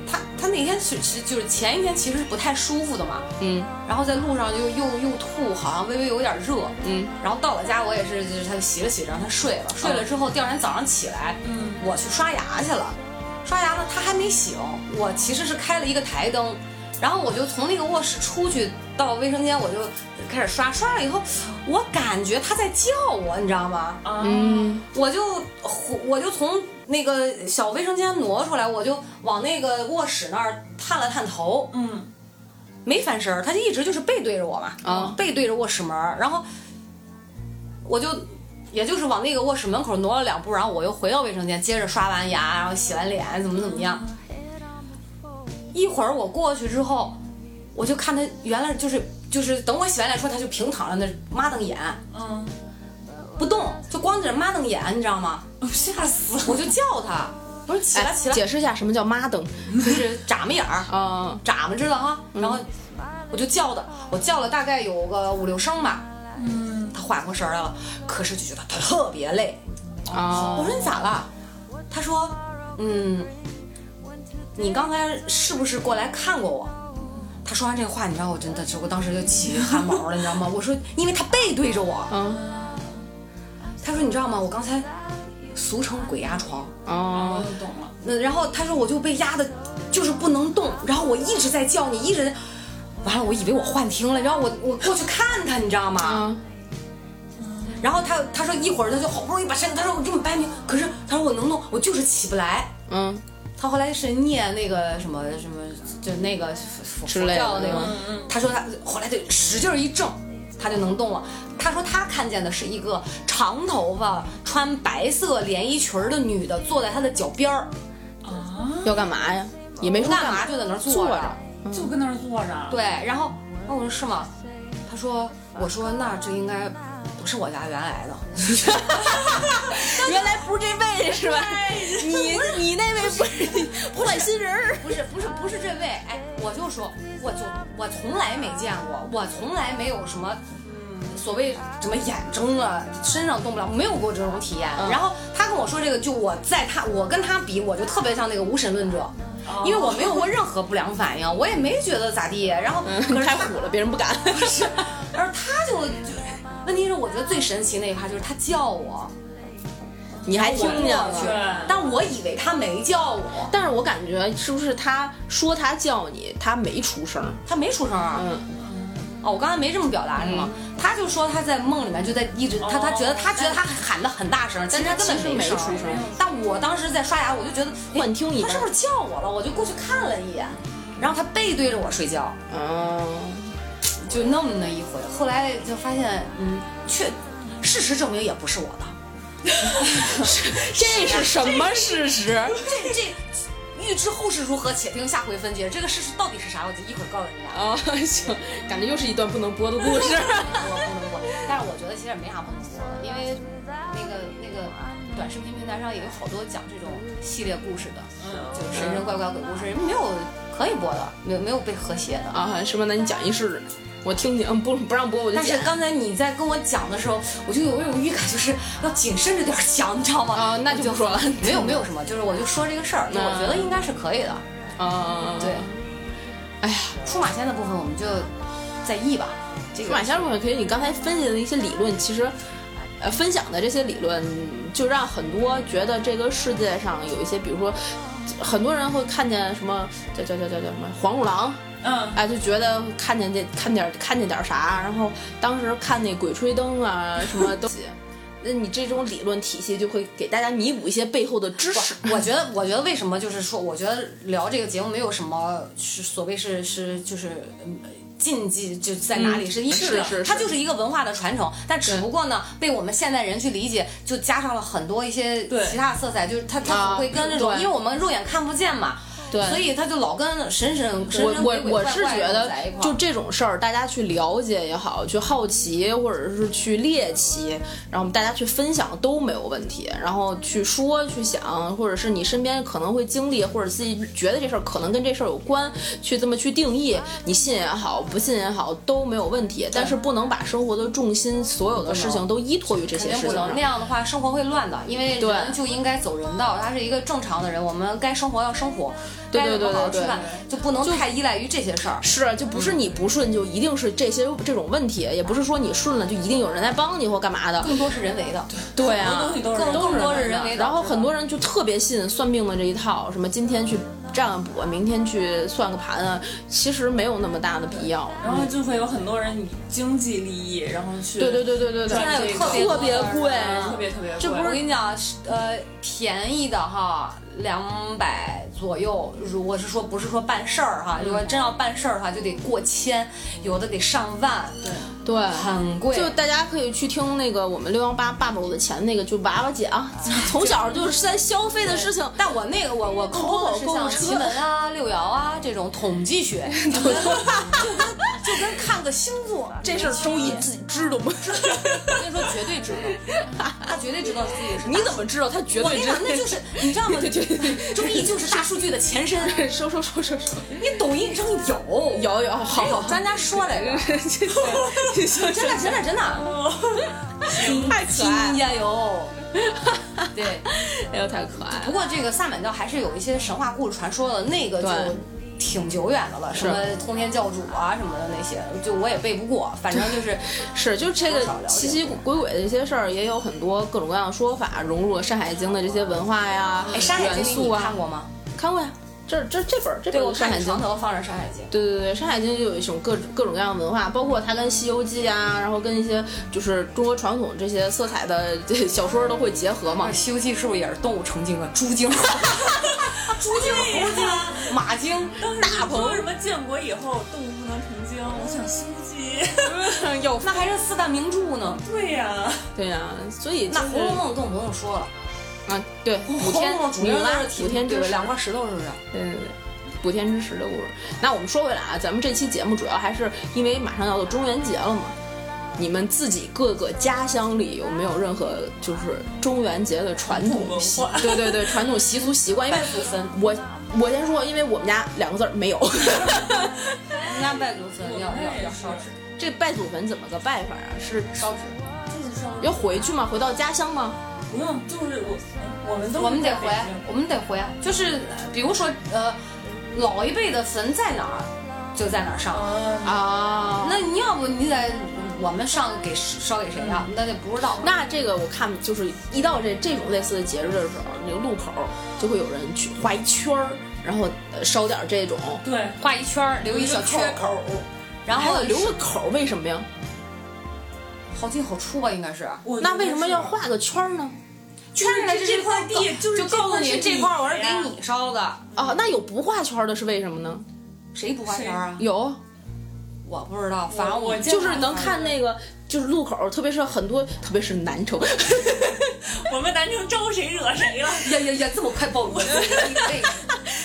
她她那天是是就是前一天其实是不太舒服的嘛，
嗯
然后在路上就又又吐，好像微微有点热，
嗯
然后到我家我也是就是她就洗了洗，让她睡了，睡了之后第二天早上起来，
嗯
我去刷牙去了，刷牙呢她还没醒，我其实是开了一个台灯，然后我就从那个卧室出去到卫生间，我就开始刷，刷了以后我感觉她在叫我，你知道吗？
啊，
嗯
我就我就从那个小卫生间挪出来，我就往那个卧室那儿探了探头，
嗯
没翻身儿，他就一直就是背对着我嘛，
啊
背对着卧室门儿，然后我就也就是往那个卧室门口挪了两步，然后我又回到卫生间，接着刷完牙，然后洗完脸，怎么怎么样。一会儿我过去之后，我就看他原来就是就是等我洗完脸出来，他就平躺在那抹瞪眼
嗯，
不动，就光在那抹瞪眼，你知道吗？
哦吓死了，
我就叫他，我说起来
哎
起来，
解释一下什么叫妈灯
就是眨巴眼儿，
啊，
眨巴知道哈。
嗯
然后我就叫他，我叫了大概有个五六声吧，
嗯
他缓过神儿来了，可是就觉得特别累。
啊
我说你咋了？他说，嗯，你刚才是不是过来看过我？他说完这话，你知道我真的，我当时就起汗毛了，你知道吗？我说，因为他背对着我。
啊
他说，你知道吗？我刚才俗称鬼压床。
啊
我懂了，
那然后他说我就被压的，就是不能动，然后我一直在叫你，一直在，完了我以为我幻听了，然后我我过去看他，你知道吗？
啊
然后他他说一会儿他就好不容易把身，他说我给你掰平，可是他说我能动，我就是起不来。
嗯
他后来是念那个什么什么，就那个佛
之类的
佛教那个，
嗯嗯
他说他呃后来就使劲儿一挣，他就能动了。他说他看见的是一个长头发、穿白色连衣裙儿的女的坐在他的脚边儿，
啊，
要干嘛呀？也没
不
说
干
哎干嘛
嘛就在那儿
坐
着
着
就跟那儿坐着，
对，然后然后我说是吗？他说，我说那这应该不是我家原来的，
原来不是这位是吧？你 (laughs) 你那位不是不管新人 (laughs) 儿
不是不是不是这位，哎，我就说，我就我从来没见过，我从来没有什么。所谓什么眼睁了，身上动不了，没有过这种体验。
嗯
然后他跟我说这个，就我在他，我跟他比，我就特别像那个无神论者，
哦
因为我没有过任何不良反应，我也没觉得咋地。然后可是
嗯太
他
虎了，别人不 (laughs) 敢。
是，而他就就，问题是我觉得最神奇那一趴就是他叫我，
你还听见
我
了？
对
但我以为他没叫我，
但是我感觉是不是他说他叫你，他没出声儿？
他没出声啊。
嗯，
哦，哦，我刚才没这么表达是吗？他就说他在梦里面就在一直，他他觉得他觉得他喊的很大声，但是他根本
其实没
声
出声
儿。但我当时在刷牙，我就觉得哎
幻听一
他
般
是不是叫我了？我就过去看了一眼，然后他背对着我睡觉，
嗯。
就那么那一回。后来就发现，嗯，确事实证明也不是我的。
这是什么事 (laughs) 实？
这这欲知后事如何，且听下回分解。这个事实到底是啥，我就一会儿告诉你啊。
啊，行，感觉又是一段不能播的故 (laughs) 事。
我不能播， (laughs) 但是我觉得其实也没啥不能播的，因为那个那个短视频平台上也有好多讲这种系列故事的，
嗯
就神
嗯
神怪怪鬼故事，没有可以播的，没有没有被和谐的。
啊，什么？那你讲一试，我听听。嗯，不不让播我就
但是
剪。
刚才你在跟我讲的时候，我就有一种预感，就是要谨慎着点儿讲，你知道吗？
啊那就
我
不说了
没有没有什么，就是我就说这个事儿，
嗯
就我觉得应该是可以的。
啊，
对，
哎呀，
出马仙的部分我们就再议吧。这个
马先生，可以，你刚才分析的一些理论，其实，呃，分享的这些理论，就让很多觉得这个世界上有一些，比如说，很多人会看见什么叫叫叫叫叫什么黄鼠狼，
嗯，
哎，就觉得看见这看点看见点啥，然后当时看那《鬼吹灯》啊，什么东西， (laughs) 那你这种理论体系就会给大家弥补一些背后的知识。
不我觉得，我觉得为什么就是说，我觉得聊这个节目没有什么是所谓是是就是嗯禁忌，就在哪里
嗯
是一
是
的
是是
它就是一个文化的传承，但只不过呢，被我们现代人去理解，就加上了很多一些
对
其他的色彩，就是它它
啊
不会跟那种，
对
因为我们肉眼看不见嘛，
对
所以它就老跟神神神
我
神
我
鬼鬼
我
怪
是
怪
觉
的
得
在一块，儿
就这种事儿，大家去了解也好，去好奇或者是去猎奇，然后我们大家去分享都没有问题。然后去说、去想，或者是你身边可能会经历，或者自己觉得这事儿可能跟这事儿有关，去这么去定义，你信也好，不信也好都没有问题。但是不能把生活的重心、所有的事情都依托于这
肯
些
定
事
不
情
能
上
那。样的话，生活会乱的，因为
对
人就应该走人道，他是一个正常的人，我们该生活要生活，
对
该
对
怎
对
么好好
对
吃饭，就不能太依赖于这些事儿。
是，啊就不是你不顺，就一定是这些这种问题，也不是说你顺了就一定有人来帮你或干嘛的。
更多是人为的，
对
很
啊
多东，西
更更
都是人
是
多是
人
人
的
为的。
然后很多人就特别信算命的这一套，什么今天去占个卜，明天去算个盘啊，其实没有那么大的必要。
然后就会有很多人以经济利益，然后去
对对对对对对，
现在有特别
特别贵，
特别特别贵
这不是我跟你讲，是呃，便宜的哈，两百左右。如果是说不是说办事儿
嗯
哈，如果真要办事儿的话，就得过千，有的得上万，
对。
很贵。
就大家可以去听那个我们六幺八爸爸我的钱那个，就娃娃姐啊，从小就是在消费的事情，
但我那个我我抠
购
的
物
是
购物
像
车
奇门啊、 (laughs) 六爻啊这种统计 (laughs) 学，就跟就跟就跟看个星 (laughs) 座，
这事儿周易自己知道吗？
我跟你说绝对知道，他绝对知道自己是。
你怎么知道？他绝
(laughs) 我
对
跟你
知道
讲，。那就是你 (laughs) 知道吗？周易就是大数据的前身， (laughs)
说说说说说，
你抖音上有
有有，好
有
好，
哎专家说来 (laughs) 着， (laughs) 真的真的真的，
太可爱
亲
了，
家哟。对，
哎呦太可爱了。
不过这个萨满教还是有一些神话故事传说的，那个就
对
挺久远的了，什么通天教主啊什么的那些，就我也背不过，反正就是
是，就这个
多少了解
奇奇鬼鬼的这些事儿，也有很多各种各样的说法，融入了《山海经》的这些文化呀、
哎，《山海
元
经》
素
你
啊
看。过吗？
看过呀，这这这本儿这
对，
本
我
《山
看
海
你
经
床》。头放着《山海经》。
对对对，《山海经》就有一种各各种各样的文化，包括它跟《西游记》啊，然后跟一些就是中国传统这些色彩的这小说都会结合嘛。
《西游记》是不是也是动物成精啊？猪精、猪精、猴精、马精、大
说
鹏， (laughs)
什么建国以后动物不能成精，我想西游记。
有
那还是四大名著呢。
(laughs) 对呀，
对呀、所以
那
就
《
是
红楼梦》更不用说了，
啊，对
《
补
红
天
楼梦》主
女
要
娲
是
补天之
对
石
两块石头，是不是？
对对对，呃补天之石的故事。那我们说回来啊，咱们这期节目主要还是因为马上要到中元节了嘛。你们自己各个家乡里有没有任何就是中元节的传统
文
习
化？
对对对，传统习俗习惯。因为
拜祖坟，
我我先说，因为我们家两个字儿没有。 (laughs)
我们家拜祖坟要
我
要
也
要
是
烧纸，
这拜祖坟怎么个拜法啊？是
烧纸。
就是说
要回去吗？回到家乡吗？
不用，就是我我们都是
我们得
在北
回
京，
我们得回，就是呃比如说呃，老一辈的坟在哪儿就在哪儿上。
啊
啊那
那你要不你得我们上给烧给谁呀？那就不知道。
那这个我看就是一到这这种类似的节日的时候，那个路口就会有人去画一圈儿，然后呃烧点儿这种
对，
画一圈儿，留一小
小
缺
口，
然
还
后
得留个口儿，为什么呀？
好进好出吧，应该是。
我
那为什么要画个圈儿呢？
圈起来
这
是
这块
告
地就是
就
这
告诉
块
你
是
这
你
块我是
的
给
呀
你烧的，
哦，那有不画圈儿的是为什么呢？
谁不画圈啊？
有，
我不知道，反正
我见
就是能看那个，就是路口儿，特别是很多，特别是南城，
我们南城招谁惹谁了？
呀呀呀，这么快暴露了，
(laughs)
(laughs)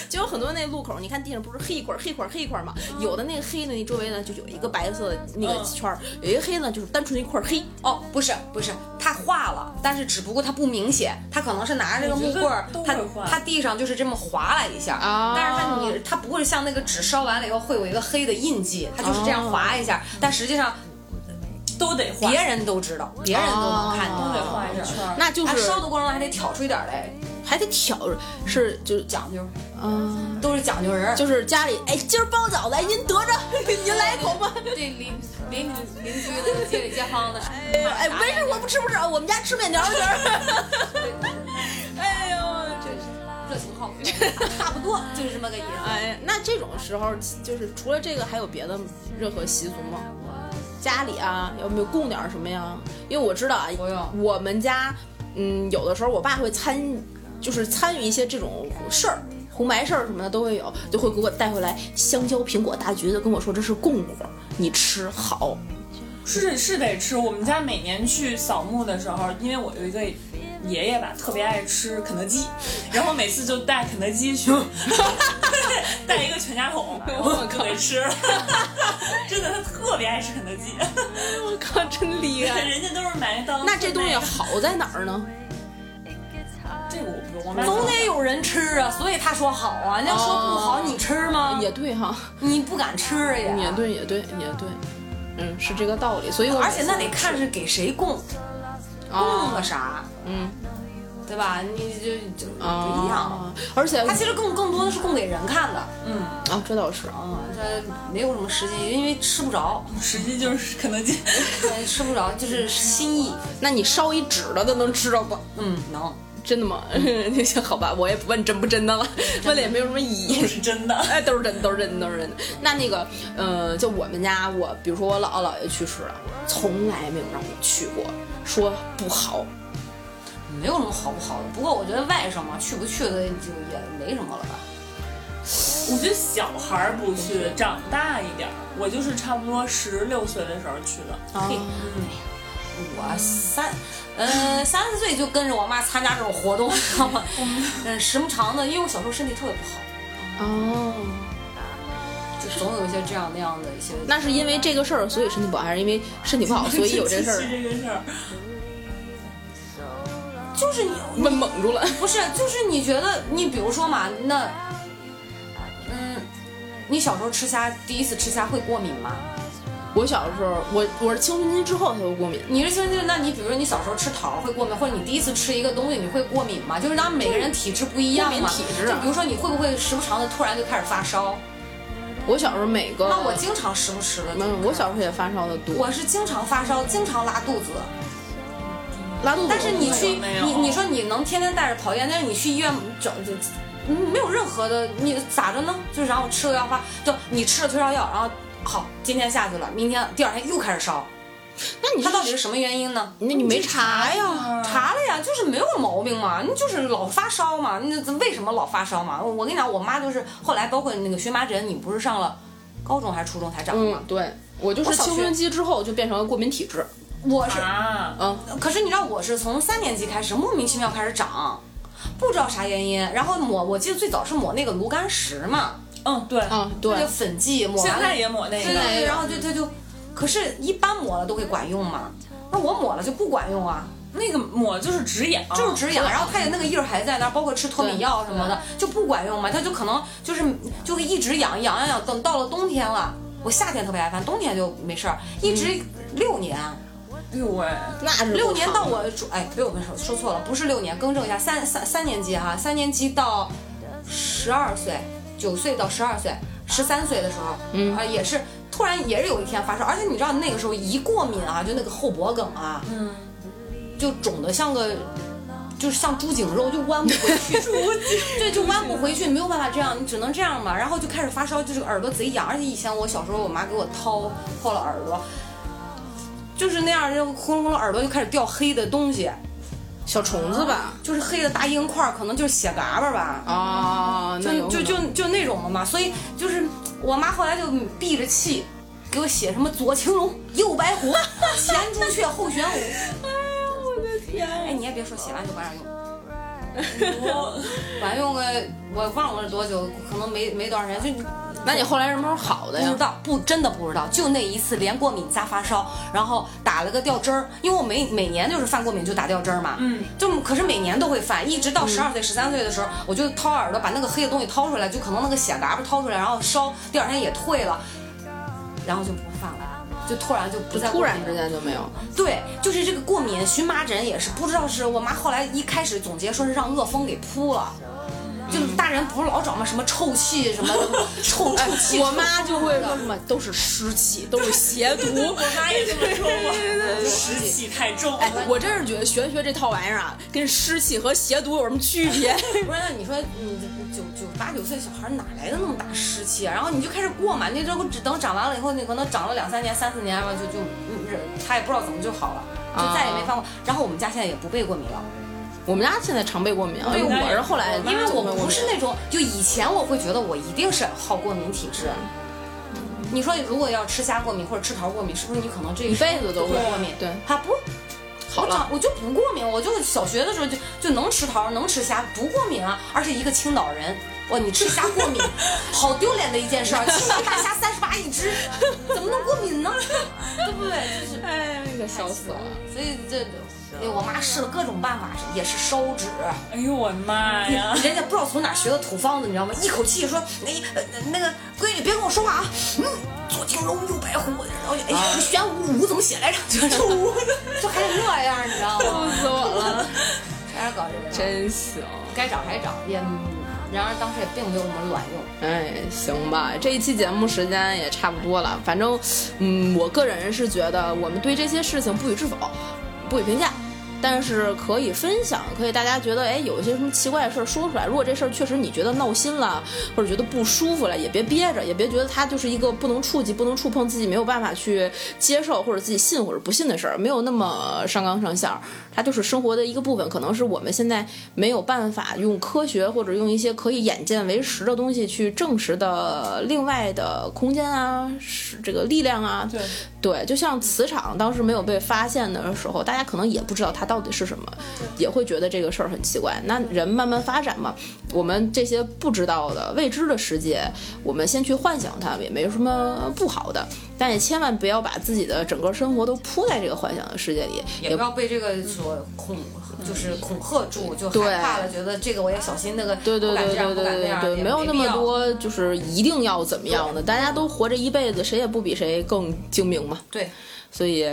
就有很多那路口儿，你看地上不是黑一块儿黑一块儿黑一块儿嘛？有的那个黑的那周围呢，就有一个白色的那个
嗯
圈儿，有一个黑呢就是单纯一块儿黑。
哦，不是不是，他画了，但是只不过他不明显，他可能是拿着这个木棍儿
我觉得都，
他
会画
他地上就是这么划了一下，
啊
但是他你他不会像那个纸烧完了以后会有一个黑的印记，他就是这
哦
样划一下，
嗯
但实际上
都得画，
别人 (laughs) 都啊知道，别人都能看
都
到。
得画一圈儿。
那哦就
他
是
烧的过程中还得挑出一点来，
还得挑着，是就是
讲究，
嗯，
都是讲究人儿。
就是家里哎，今儿包饺子，您得着， (laughs) 您来一口吧。
对邻邻邻居的街里街坊的，
哎，没事，我不吃不吃，我们家吃面条去。哎呦，真是。
热情好客，
(laughs)
差不多就是这么个意思。
哎，那这种时候就是除了这个，还有别的任何习俗吗？家里啊，有没有供点儿什么呀？因为我知道啊，
不用
我们家，嗯，有的时候我爸会参，就是参与一些这种事儿，红白事儿什么的都会有，就会给我带回来香蕉、苹果、大橘子，跟我说这是供果，你吃
(laughs)
好。
是是得吃。我们家每年去扫墓的时候，因为我有一个爷爷吧，特别爱吃肯德基，然后每次就带肯德基去， (laughs) 带一个全家桶，然后就给吃了。 (laughs) 真的，他特别爱吃肯德基，
我靠，真厉！
人家都是买当
啊 (laughs) 那这东西好在哪儿呢？
这个我不用，我妈
总得有人吃啊，所以他说好啊。人家说不好，你吃
哦
吗？
也对哈，
你不敢吃啊
也
也。
对，也对，也对，嗯，是这个道理。所以我
而且那得看是给谁供，供
啊
个，啥，
嗯，
对吧？你就就不
啊，
一样。
而且
他其实更更多的是供给人看的，
嗯，
啊，这倒是啊，
嗯，这没有什么实际，因为吃不着，
实际就是肯德基。
呃吃不着就是心意。
那你烧一纸的都能吃着不？
嗯，能。
真的吗？那
嗯
(laughs) 行好吧，我也不问真不真的了， (laughs) 问了也没有什么意义
都。是真的。
哎，都是真的，都是真的，都是真的。那那个，呃，就我们家，我比如说我姥姥姥爷去世了，从来没有让我去过，说不
哦
好。
没有什么好不好的。不过我觉得外甥嘛，去不去的就也没什么了吧。
我觉得小孩儿不去，长大一点儿，我就是差不多十六岁的时候去的。
哦
嘿，
嗯
哎我三，呃，三四岁就跟着我妈参加这种活动，你
(laughs)
知道吗？嗯，时不常的，因为我小时候身体特别不好，
哦。
就总有一些这样那样的一些。
那是因为这个事儿，所以身体不好，还是因为身体不好，所以有这事
(laughs)
是
儿
这个事儿，
就是你
被蒙住了？
不是，就是你觉得你比如说嘛，那，嗯，你小时候吃虾，第一次吃虾会过敏吗？
我小时候，我我是青春期之后才会过敏。
你是青春期，那你比如说你小时候吃桃儿会过敏，或者你第一次吃一个东西你会过敏吗？就是当然每个人体质不一样
过敏
嘛，
体质啊
就比如说你会不会时不常的突然就开始发烧？
我小时候每个，
那我经常时不时的，
没有，我小时候也发烧的多，
我是经常发烧，经常拉肚子。
拉肚子。
但是你去，
没有
你你说你能天天带着跑医院，但是你去医院整就。没有任何的，你咋着呢？就是然后吃了药发，就你吃了退烧药，然后好，今天下去了，明天第二天又开始烧，
那你
它到底是什么原因呢？
那你没查呀？
呀
查了呀，就是没有毛病嘛，你就是老发烧嘛，那为什么老发烧嘛？我跟你讲，我妈就是后来包括那个荨麻疹，你不是上了高中还是初中才长的吗
嗯，？对，我就
我
是
小学
青春期之后就变成了过敏体质。
我是，
啊，
嗯，
可是你知道我是从三年级开始莫名其妙开始长，不知道啥原因。然后抹，我记得最早是抹那个炉甘石嘛，
嗯，对，
啊，
那
对
个，粉剂抹
现
完了
在也抹那
对对
个，
对，然后就它就，可是一般抹了都会管用嘛，那我抹了就不管用啊。
那个抹就是止痒，
就是止
哦
痒，然后它也那个印儿还在那儿，包括吃脱敏药什么的就不管用嘛，它就可能就是就会一直痒痒痒痒，等到了冬天了，我夏天特别爱烦，冬天就没事儿，一直
嗯
六年，
哎呦喂，
那是
六年到我初哎，不是我们说说错了，不是六年，更正一下，三三三年级哈，三年级到十二岁，九岁到十二岁，十三岁的时候，
嗯
啊、也是突然也是有一天发烧，而且你知道那个时候一过敏啊，就那个后脖梗啊，
嗯，
就肿得像个。就是像猪颈肉，就弯不回去，对，就弯不回去，没有办法这样，你只能这样嘛。然后就开始发烧，就是耳朵贼痒，而且以前我小时候我妈给我掏破了耳朵，就是那样，就轰隆轰隆耳朵就开始掉黑的东西，
小虫子吧？
就是黑的大硬块儿，可能就是血嘎巴吧。
啊，那
就
有
就
可能
就就那种的嘛。所以就是我妈后来就闭着气给我写什么左青龙，右
(laughs)
白虎，前朱雀，后玄武。
啊
哎，你也别说，写完就管
(laughs)
点用，
我
管用个我忘了是多久，可能没没多长时间，就
那你后来什么时候好的
不知
呀？
道，不真的不知道，就那一次，连过敏加发烧，然后打了个吊针儿，因为我每每年就是犯过敏就打吊针儿嘛，
嗯，
就可是每年都会犯，一直
嗯
到十二岁、十三岁的时候，我就掏耳朵把那个黑的东西掏出来，就可能那个血嘎巴掏出来，然后烧，第二天也退了，然后就不犯了，就突然就不再
突
过敏
然
了
之间就没有，
对，就是这个过敏荨麻疹也是，不知道是我妈后来一开始总结说是让恶风给扑了。就是大人不是老找嘛，什么臭气什
(laughs)
么的臭臭气，
哎我妈就会说什么都是湿气，都是邪毒。
我妈也这么说我，湿气太重了。
哎，我真是觉得玄学这套玩意儿啊，跟湿气和邪毒有什么区别？ (laughs)
不是，那你说你这九九八九岁小孩哪来的那么大湿气啊？然后你就开始过嘛，你这不只等长完了以后，你可能长了两三年、三四年吧，就就嗯忍他也不知道怎么就好了，就再也
啊
没犯过。然后我们家现在也不被过敏了，
我们家现在常备过敏啊，
对
因为啊我是后来
我
因为
常备
哎我
过敏
不是那种就以前我会觉得我一定是好过敏体质。你说如果要吃虾过敏或者吃桃过敏，是不是你可能这
嗯一
一
辈子都
会
会
过敏？
对，
啊不，
好
我
了
长，我就不过敏，我就小学的时候就就能吃桃，能吃虾，不过敏啊。而且一个青岛人，哇，你吃虾过敏，好丢脸的一件事儿。青岛大虾三十八一只，怎么能过敏呢？对不对？就是
哎，那个笑死
死了
了。。
所以这，哎我妈试了各种办法，也是烧纸，
哎呦我的
(laughs)
妈呀！
人家不知道从哪儿学的土方子，你知道吗？一口气说，哎，呃那个闺女别跟我说话啊，嗯，左青龙右白虎，然后就哎，玄武武怎么写来着？玄武，就还得那样，你知道
(laughs)
吗？
死我了，
还是搞这个，
真行。
该找还找，也，然而当时也并没有什么卵用。
哎，行吧，这一期节目时间也差不多了。反正，嗯，我个人是觉得我们对这些事情不予置否，不予评价，但是可以分享，可以大家觉得哎有一些什么奇怪的事儿说出来。如果这事儿确实你觉得闹心了，或者觉得不舒服了，也别憋着，也别觉得它就是一个不能触及、不能触碰自己没有办法去接受或者自己信或者不信的事儿，没有那么上纲上线儿。它就是生活的一个部分，可能是我们现在没有办法用科学或者用一些可以眼见为实的东西去证实的另外的空间啊，是这个力量啊，
对，
对，就像磁场当时没有被发现的时候，大家可能也不知道它到底是什么，也会觉得这个事儿很奇怪。那人慢慢发展嘛，我们这些不知道的、未知的世界，我们先去幻想它，也没什么不好的。但也千万不要把自己的整个生活都扑在这个幻想的世界里，
也不要被这个所恐，就是恐吓住，就
对
害怕了，觉得这个我也小心，那个
对对
不敢
对
这样，
对对
不敢那
对
样，
对，
也
没有那
必
么
要
多就是一定要怎么样的，大家都活着一辈子，谁也不比谁更精明嘛。
对。
所以，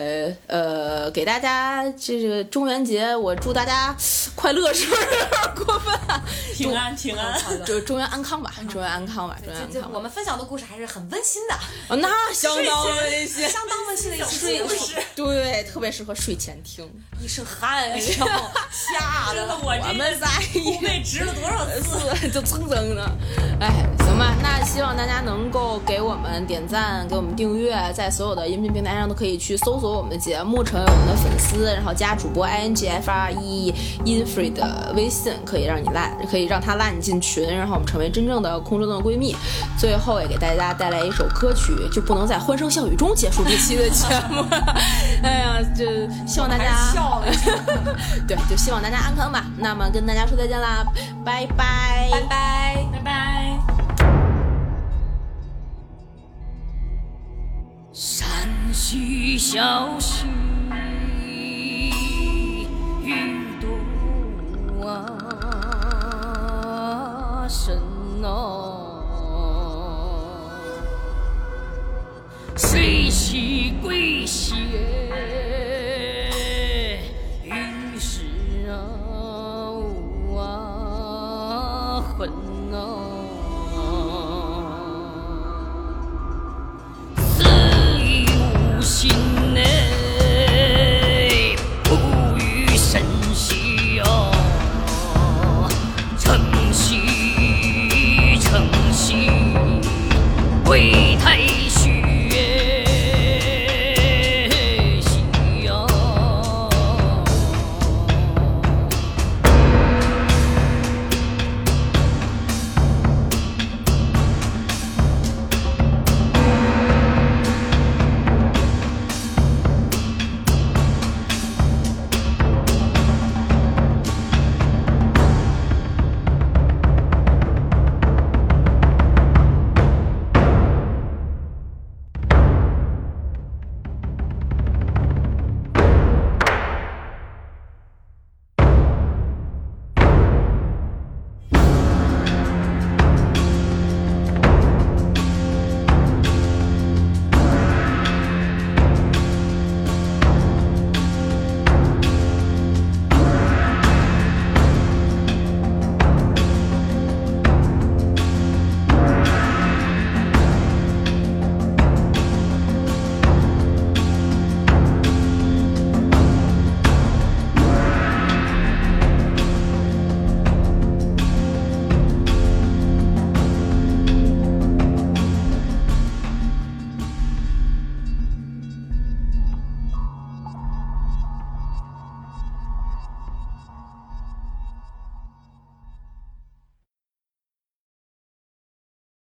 呃，给大家这个中元节，我祝大家快乐，是不 (laughs) 是有点过分啊？
平安平安。
好
(laughs)
的
祝中元安康吧，中元安康吧，中元安
这
康
我
吧。
们分享的故事还是很温馨的，
哦那相当温馨，
相当温馨的一期节目，
对，特别适合睡前听。
一身汗，然后吓得
真的，我
我
这
们仨一
后背值了多少
(laughs)
次？
是就蹭蹭的。哎，行吧，那希望大家能够给我们点赞，给我们订阅，在所有的音频平台上都可以去搜索我们的节目，成为我们的粉丝，然后加主播 i n g f r e infree 的微信，可以让你拉，可以让他拉你进群，然后我们成为真正的空中的闺蜜。最后也给大家带来一首歌曲，就不能在欢声笑语中结束这期的节目。 (laughs) 哎呀，就希望大家
还笑了，
(laughs) 对，就希望大家安康吧。那么跟大家说再见啦，拜拜，
拜拜。
拜拜。
山虚小溪。